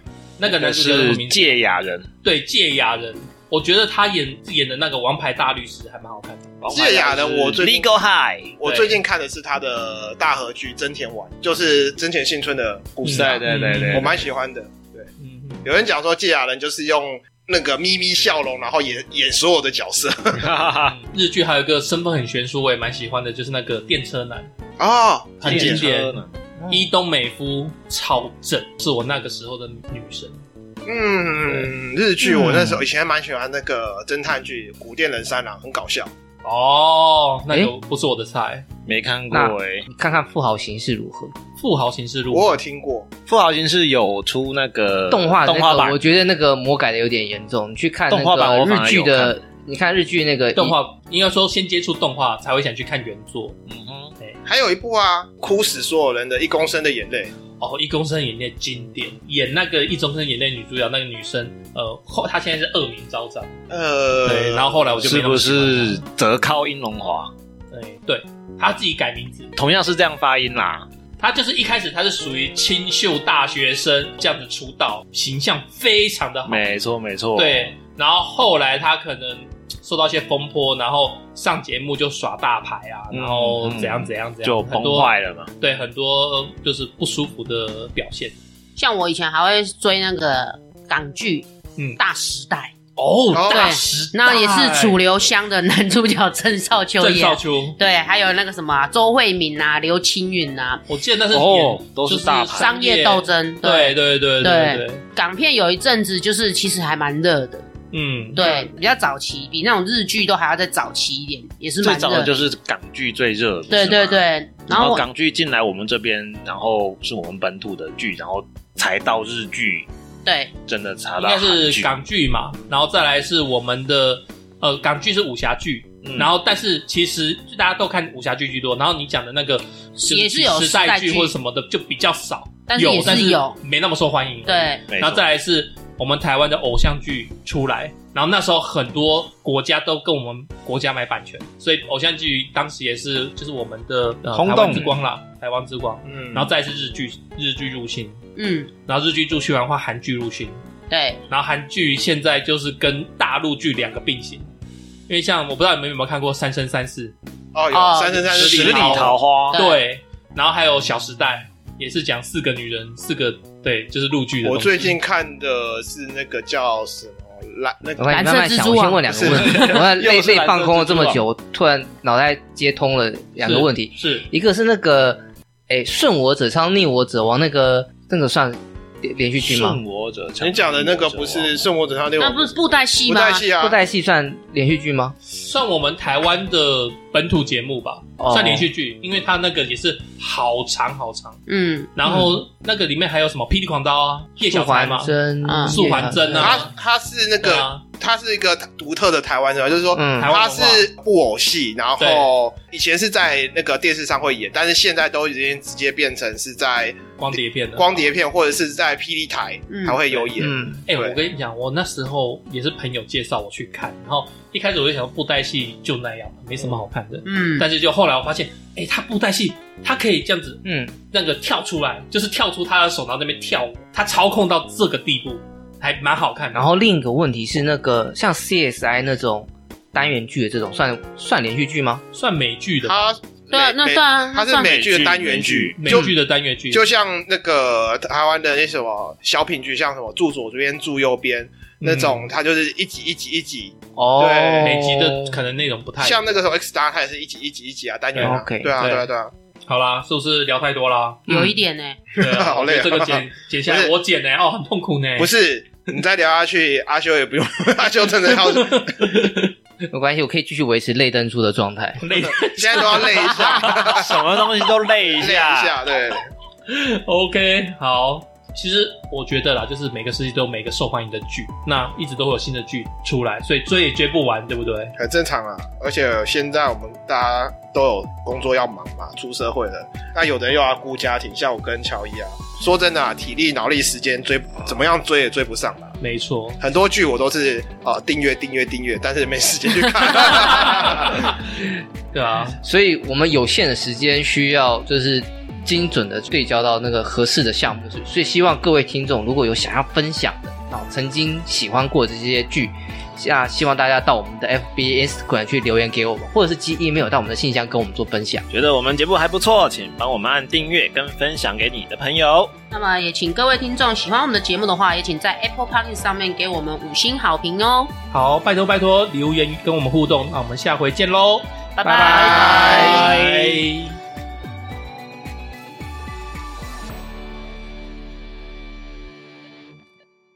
那个那男主角叫什是么名字芥雅人，对，芥雅人。我觉得他演演的那个《王牌大律师》还蛮好看的。芥雅人我最近 legal high，我最近看的是他的大合剧《真田丸》，就是真田幸村的故事啊、嗯对对对对，我蛮喜欢的。对，嗯，有人讲说芥雅人就是用那个咪咪笑容，然后演演所有的角色 日剧还有一个身份很悬殊，我也蛮喜欢的，就是那个电车男。啊，很很经简典。伊东美夫超正，是我那个时候的女神。嗯，日剧我那时候以前还蛮喜欢那个侦探剧《古殿人三郎》，很搞笑。哦，那就不是我的菜。没看过那哎、欸。你看看富豪形式如何？富豪行事录，我有听过，富豪金是有出那个动画的呃动那画个，版我，觉得那个魔改的有点严重。你去看那动画版个我反而日剧有的，你看日剧那个动，画应该说先接触动画，才会想去看原作。嗯哼，还有一部啊，《哭死所有人的一公升的眼泪》，哦，一公升眼泪经典，演那个一公升眼泪女主角那个女生，呃，后她现在是恶名昭彰，呃，对，然后后来我就是没那不么喜欢是泽靠英龙华？她？对对，她自己改名字，同样是这样发音啦。她就是一开始她是属于清秀大学生这样子出道，形象非常的好，没错，没错。对，然后后来她可能受到一些风波，然后上节目就耍大牌啊，嗯然后怎样怎样怎样，就很崩多坏了嘛。对很多呃就是不舒服的表现。 像我以前还会追那个港剧，嗯《大时代哦哦大时》，代，那也是楚留香的男主角郑少秋郑少演。秋，对，还有那个什么啊、周慧敏啊、刘青云啊，我记得那是哦演都就是大牌商业斗。争。对对对对对，港片有一阵子就是其实还蛮热的，嗯，对，比较早期，比那种日剧都还要再早期一点，也是最蛮热早的。的就是港剧最热，对不是对吗。对，然然后后我港剧进来我们这边，然后是我们本土的剧，然后才到日剧，对真的查应到该韩是剧。港剧嘛，然后再来是我们的呃港剧是武侠剧，嗯然后但是其实大家都看武侠剧居多，然后你讲的那个就是也是有时时代代剧剧或者什么的就比较少，但是也有是但有没那么受欢迎。，对没错然后再来是我们台湾的偶像剧出来，然后那时候很多国家都跟我们国家买版权，所以偶像剧当时也是就是我们的、呃、轰动台湾之光啦，台湾之光，嗯，然后再来是日剧日剧入侵，嗯，然后日剧入侵完的话韩剧入侵，对，然后韩剧现在就是跟大陆剧两个并行，因为像我不知道你们有没有看过《三生三世哦，哦啊有三生三世十十里里桃花，》，对对，然后还有《小时代》，也是讲四个女人，四个对，就是陆剧的东我西。最近看的是那个叫什么蓝那我个看你慢慢蓝色蜘想，蛛我网先问两个问题。是我 累又是被蓝色放空了这么蜘蛛网久，我突然脑袋接通了两个是问题，是一个是那个，哎，顺我者昌，逆我者亡，那个那个算连连续剧吗顺？我者昌你讲的那个不是《圣魔者上六》，那不是布袋戏不吗带？戏啊布？袋戏算连续剧吗？算我们台湾的本土节目吧，哦算连续剧，因为它那个也是好长好长，嗯，然后那个里面还有什么《霹雳狂刀》啊，叶小哦素钗还嘛，真嗯，素还真啊他他是那对个啊，他是一个独特的台湾人，就是说嗯台湾他文化是布偶戏，然后以前是在那个电视上会演，但是现在都已经直接变成是在光碟片的。光碟片或者是在霹雳台嗯还会有演。嗯，哎、对我跟你讲，我那时候也是朋友介绍我去看，然后一开始我就想说布袋戏就那样，没什么好看的。嗯，但是就后来我发现，哎、他布袋戏，他可以这样子，嗯，那个跳出来，就是跳出他的手，然后那边跳舞，他操控到这个地步，还蛮好看的。然后另一个问题是，那个像 CSI 那种单元剧的这种，算算连续剧吗？算美剧的吧，他对啊，那美算啊，他是算美剧的单元剧，美就剧的单元剧，就像那个台湾的那什么小品剧，像什么住左边住右边那嗯种，它就是一集一集一集，哦，对每集的可能内容不太像那个时候 X 大它也是一集一集一集啊，单元啊，对，OK，对啊对对啊对啊，好啦，是不是聊太多 啦？有一点欸呢，对啊好累啊我觉得这个 剪剪下不来是我剪呢、哦，很痛苦呢、不是。你再聊下去，阿修也不用，阿修真的 要没关系，我可以继续维持泪灯珠的状态。累现在都要累一下，什么东西都累一 累一下。下，对， OK，好。其实我觉得啦，就是每个世纪都有每个受欢迎的剧，那一直都会有新的剧出来，所以追也追不完，对不对？很正常啊。而且现在我们大家都有工作要忙嘛，出社会了，那有的人又要顾家庭，像我跟乔伊啊，说真的、啊，体力、脑力、时间追怎么样追也追不上啦。没错。很多剧我都是呃订阅订阅订阅，但是没时间去 看。对啊， 所以我们有限的时间需要就是精准的对焦到那个合适的项目，所以希望各位听众如果有想要分享的，啊，曾经喜欢过的这些剧。那希望大家到我们的 FB、Instagram 去留言给我们，或者是寄 email 到我们的信箱跟我们做分享。觉得我们节目还不错，请帮我们按订阅跟分享给你的朋友。那么也请各位听众喜欢我们的节目的话，也请在 Apple p o c k e t 上面给我们五星好评哦，好，拜托拜托，留言跟我们互动，那我们下回见喽，拜拜拜。拜。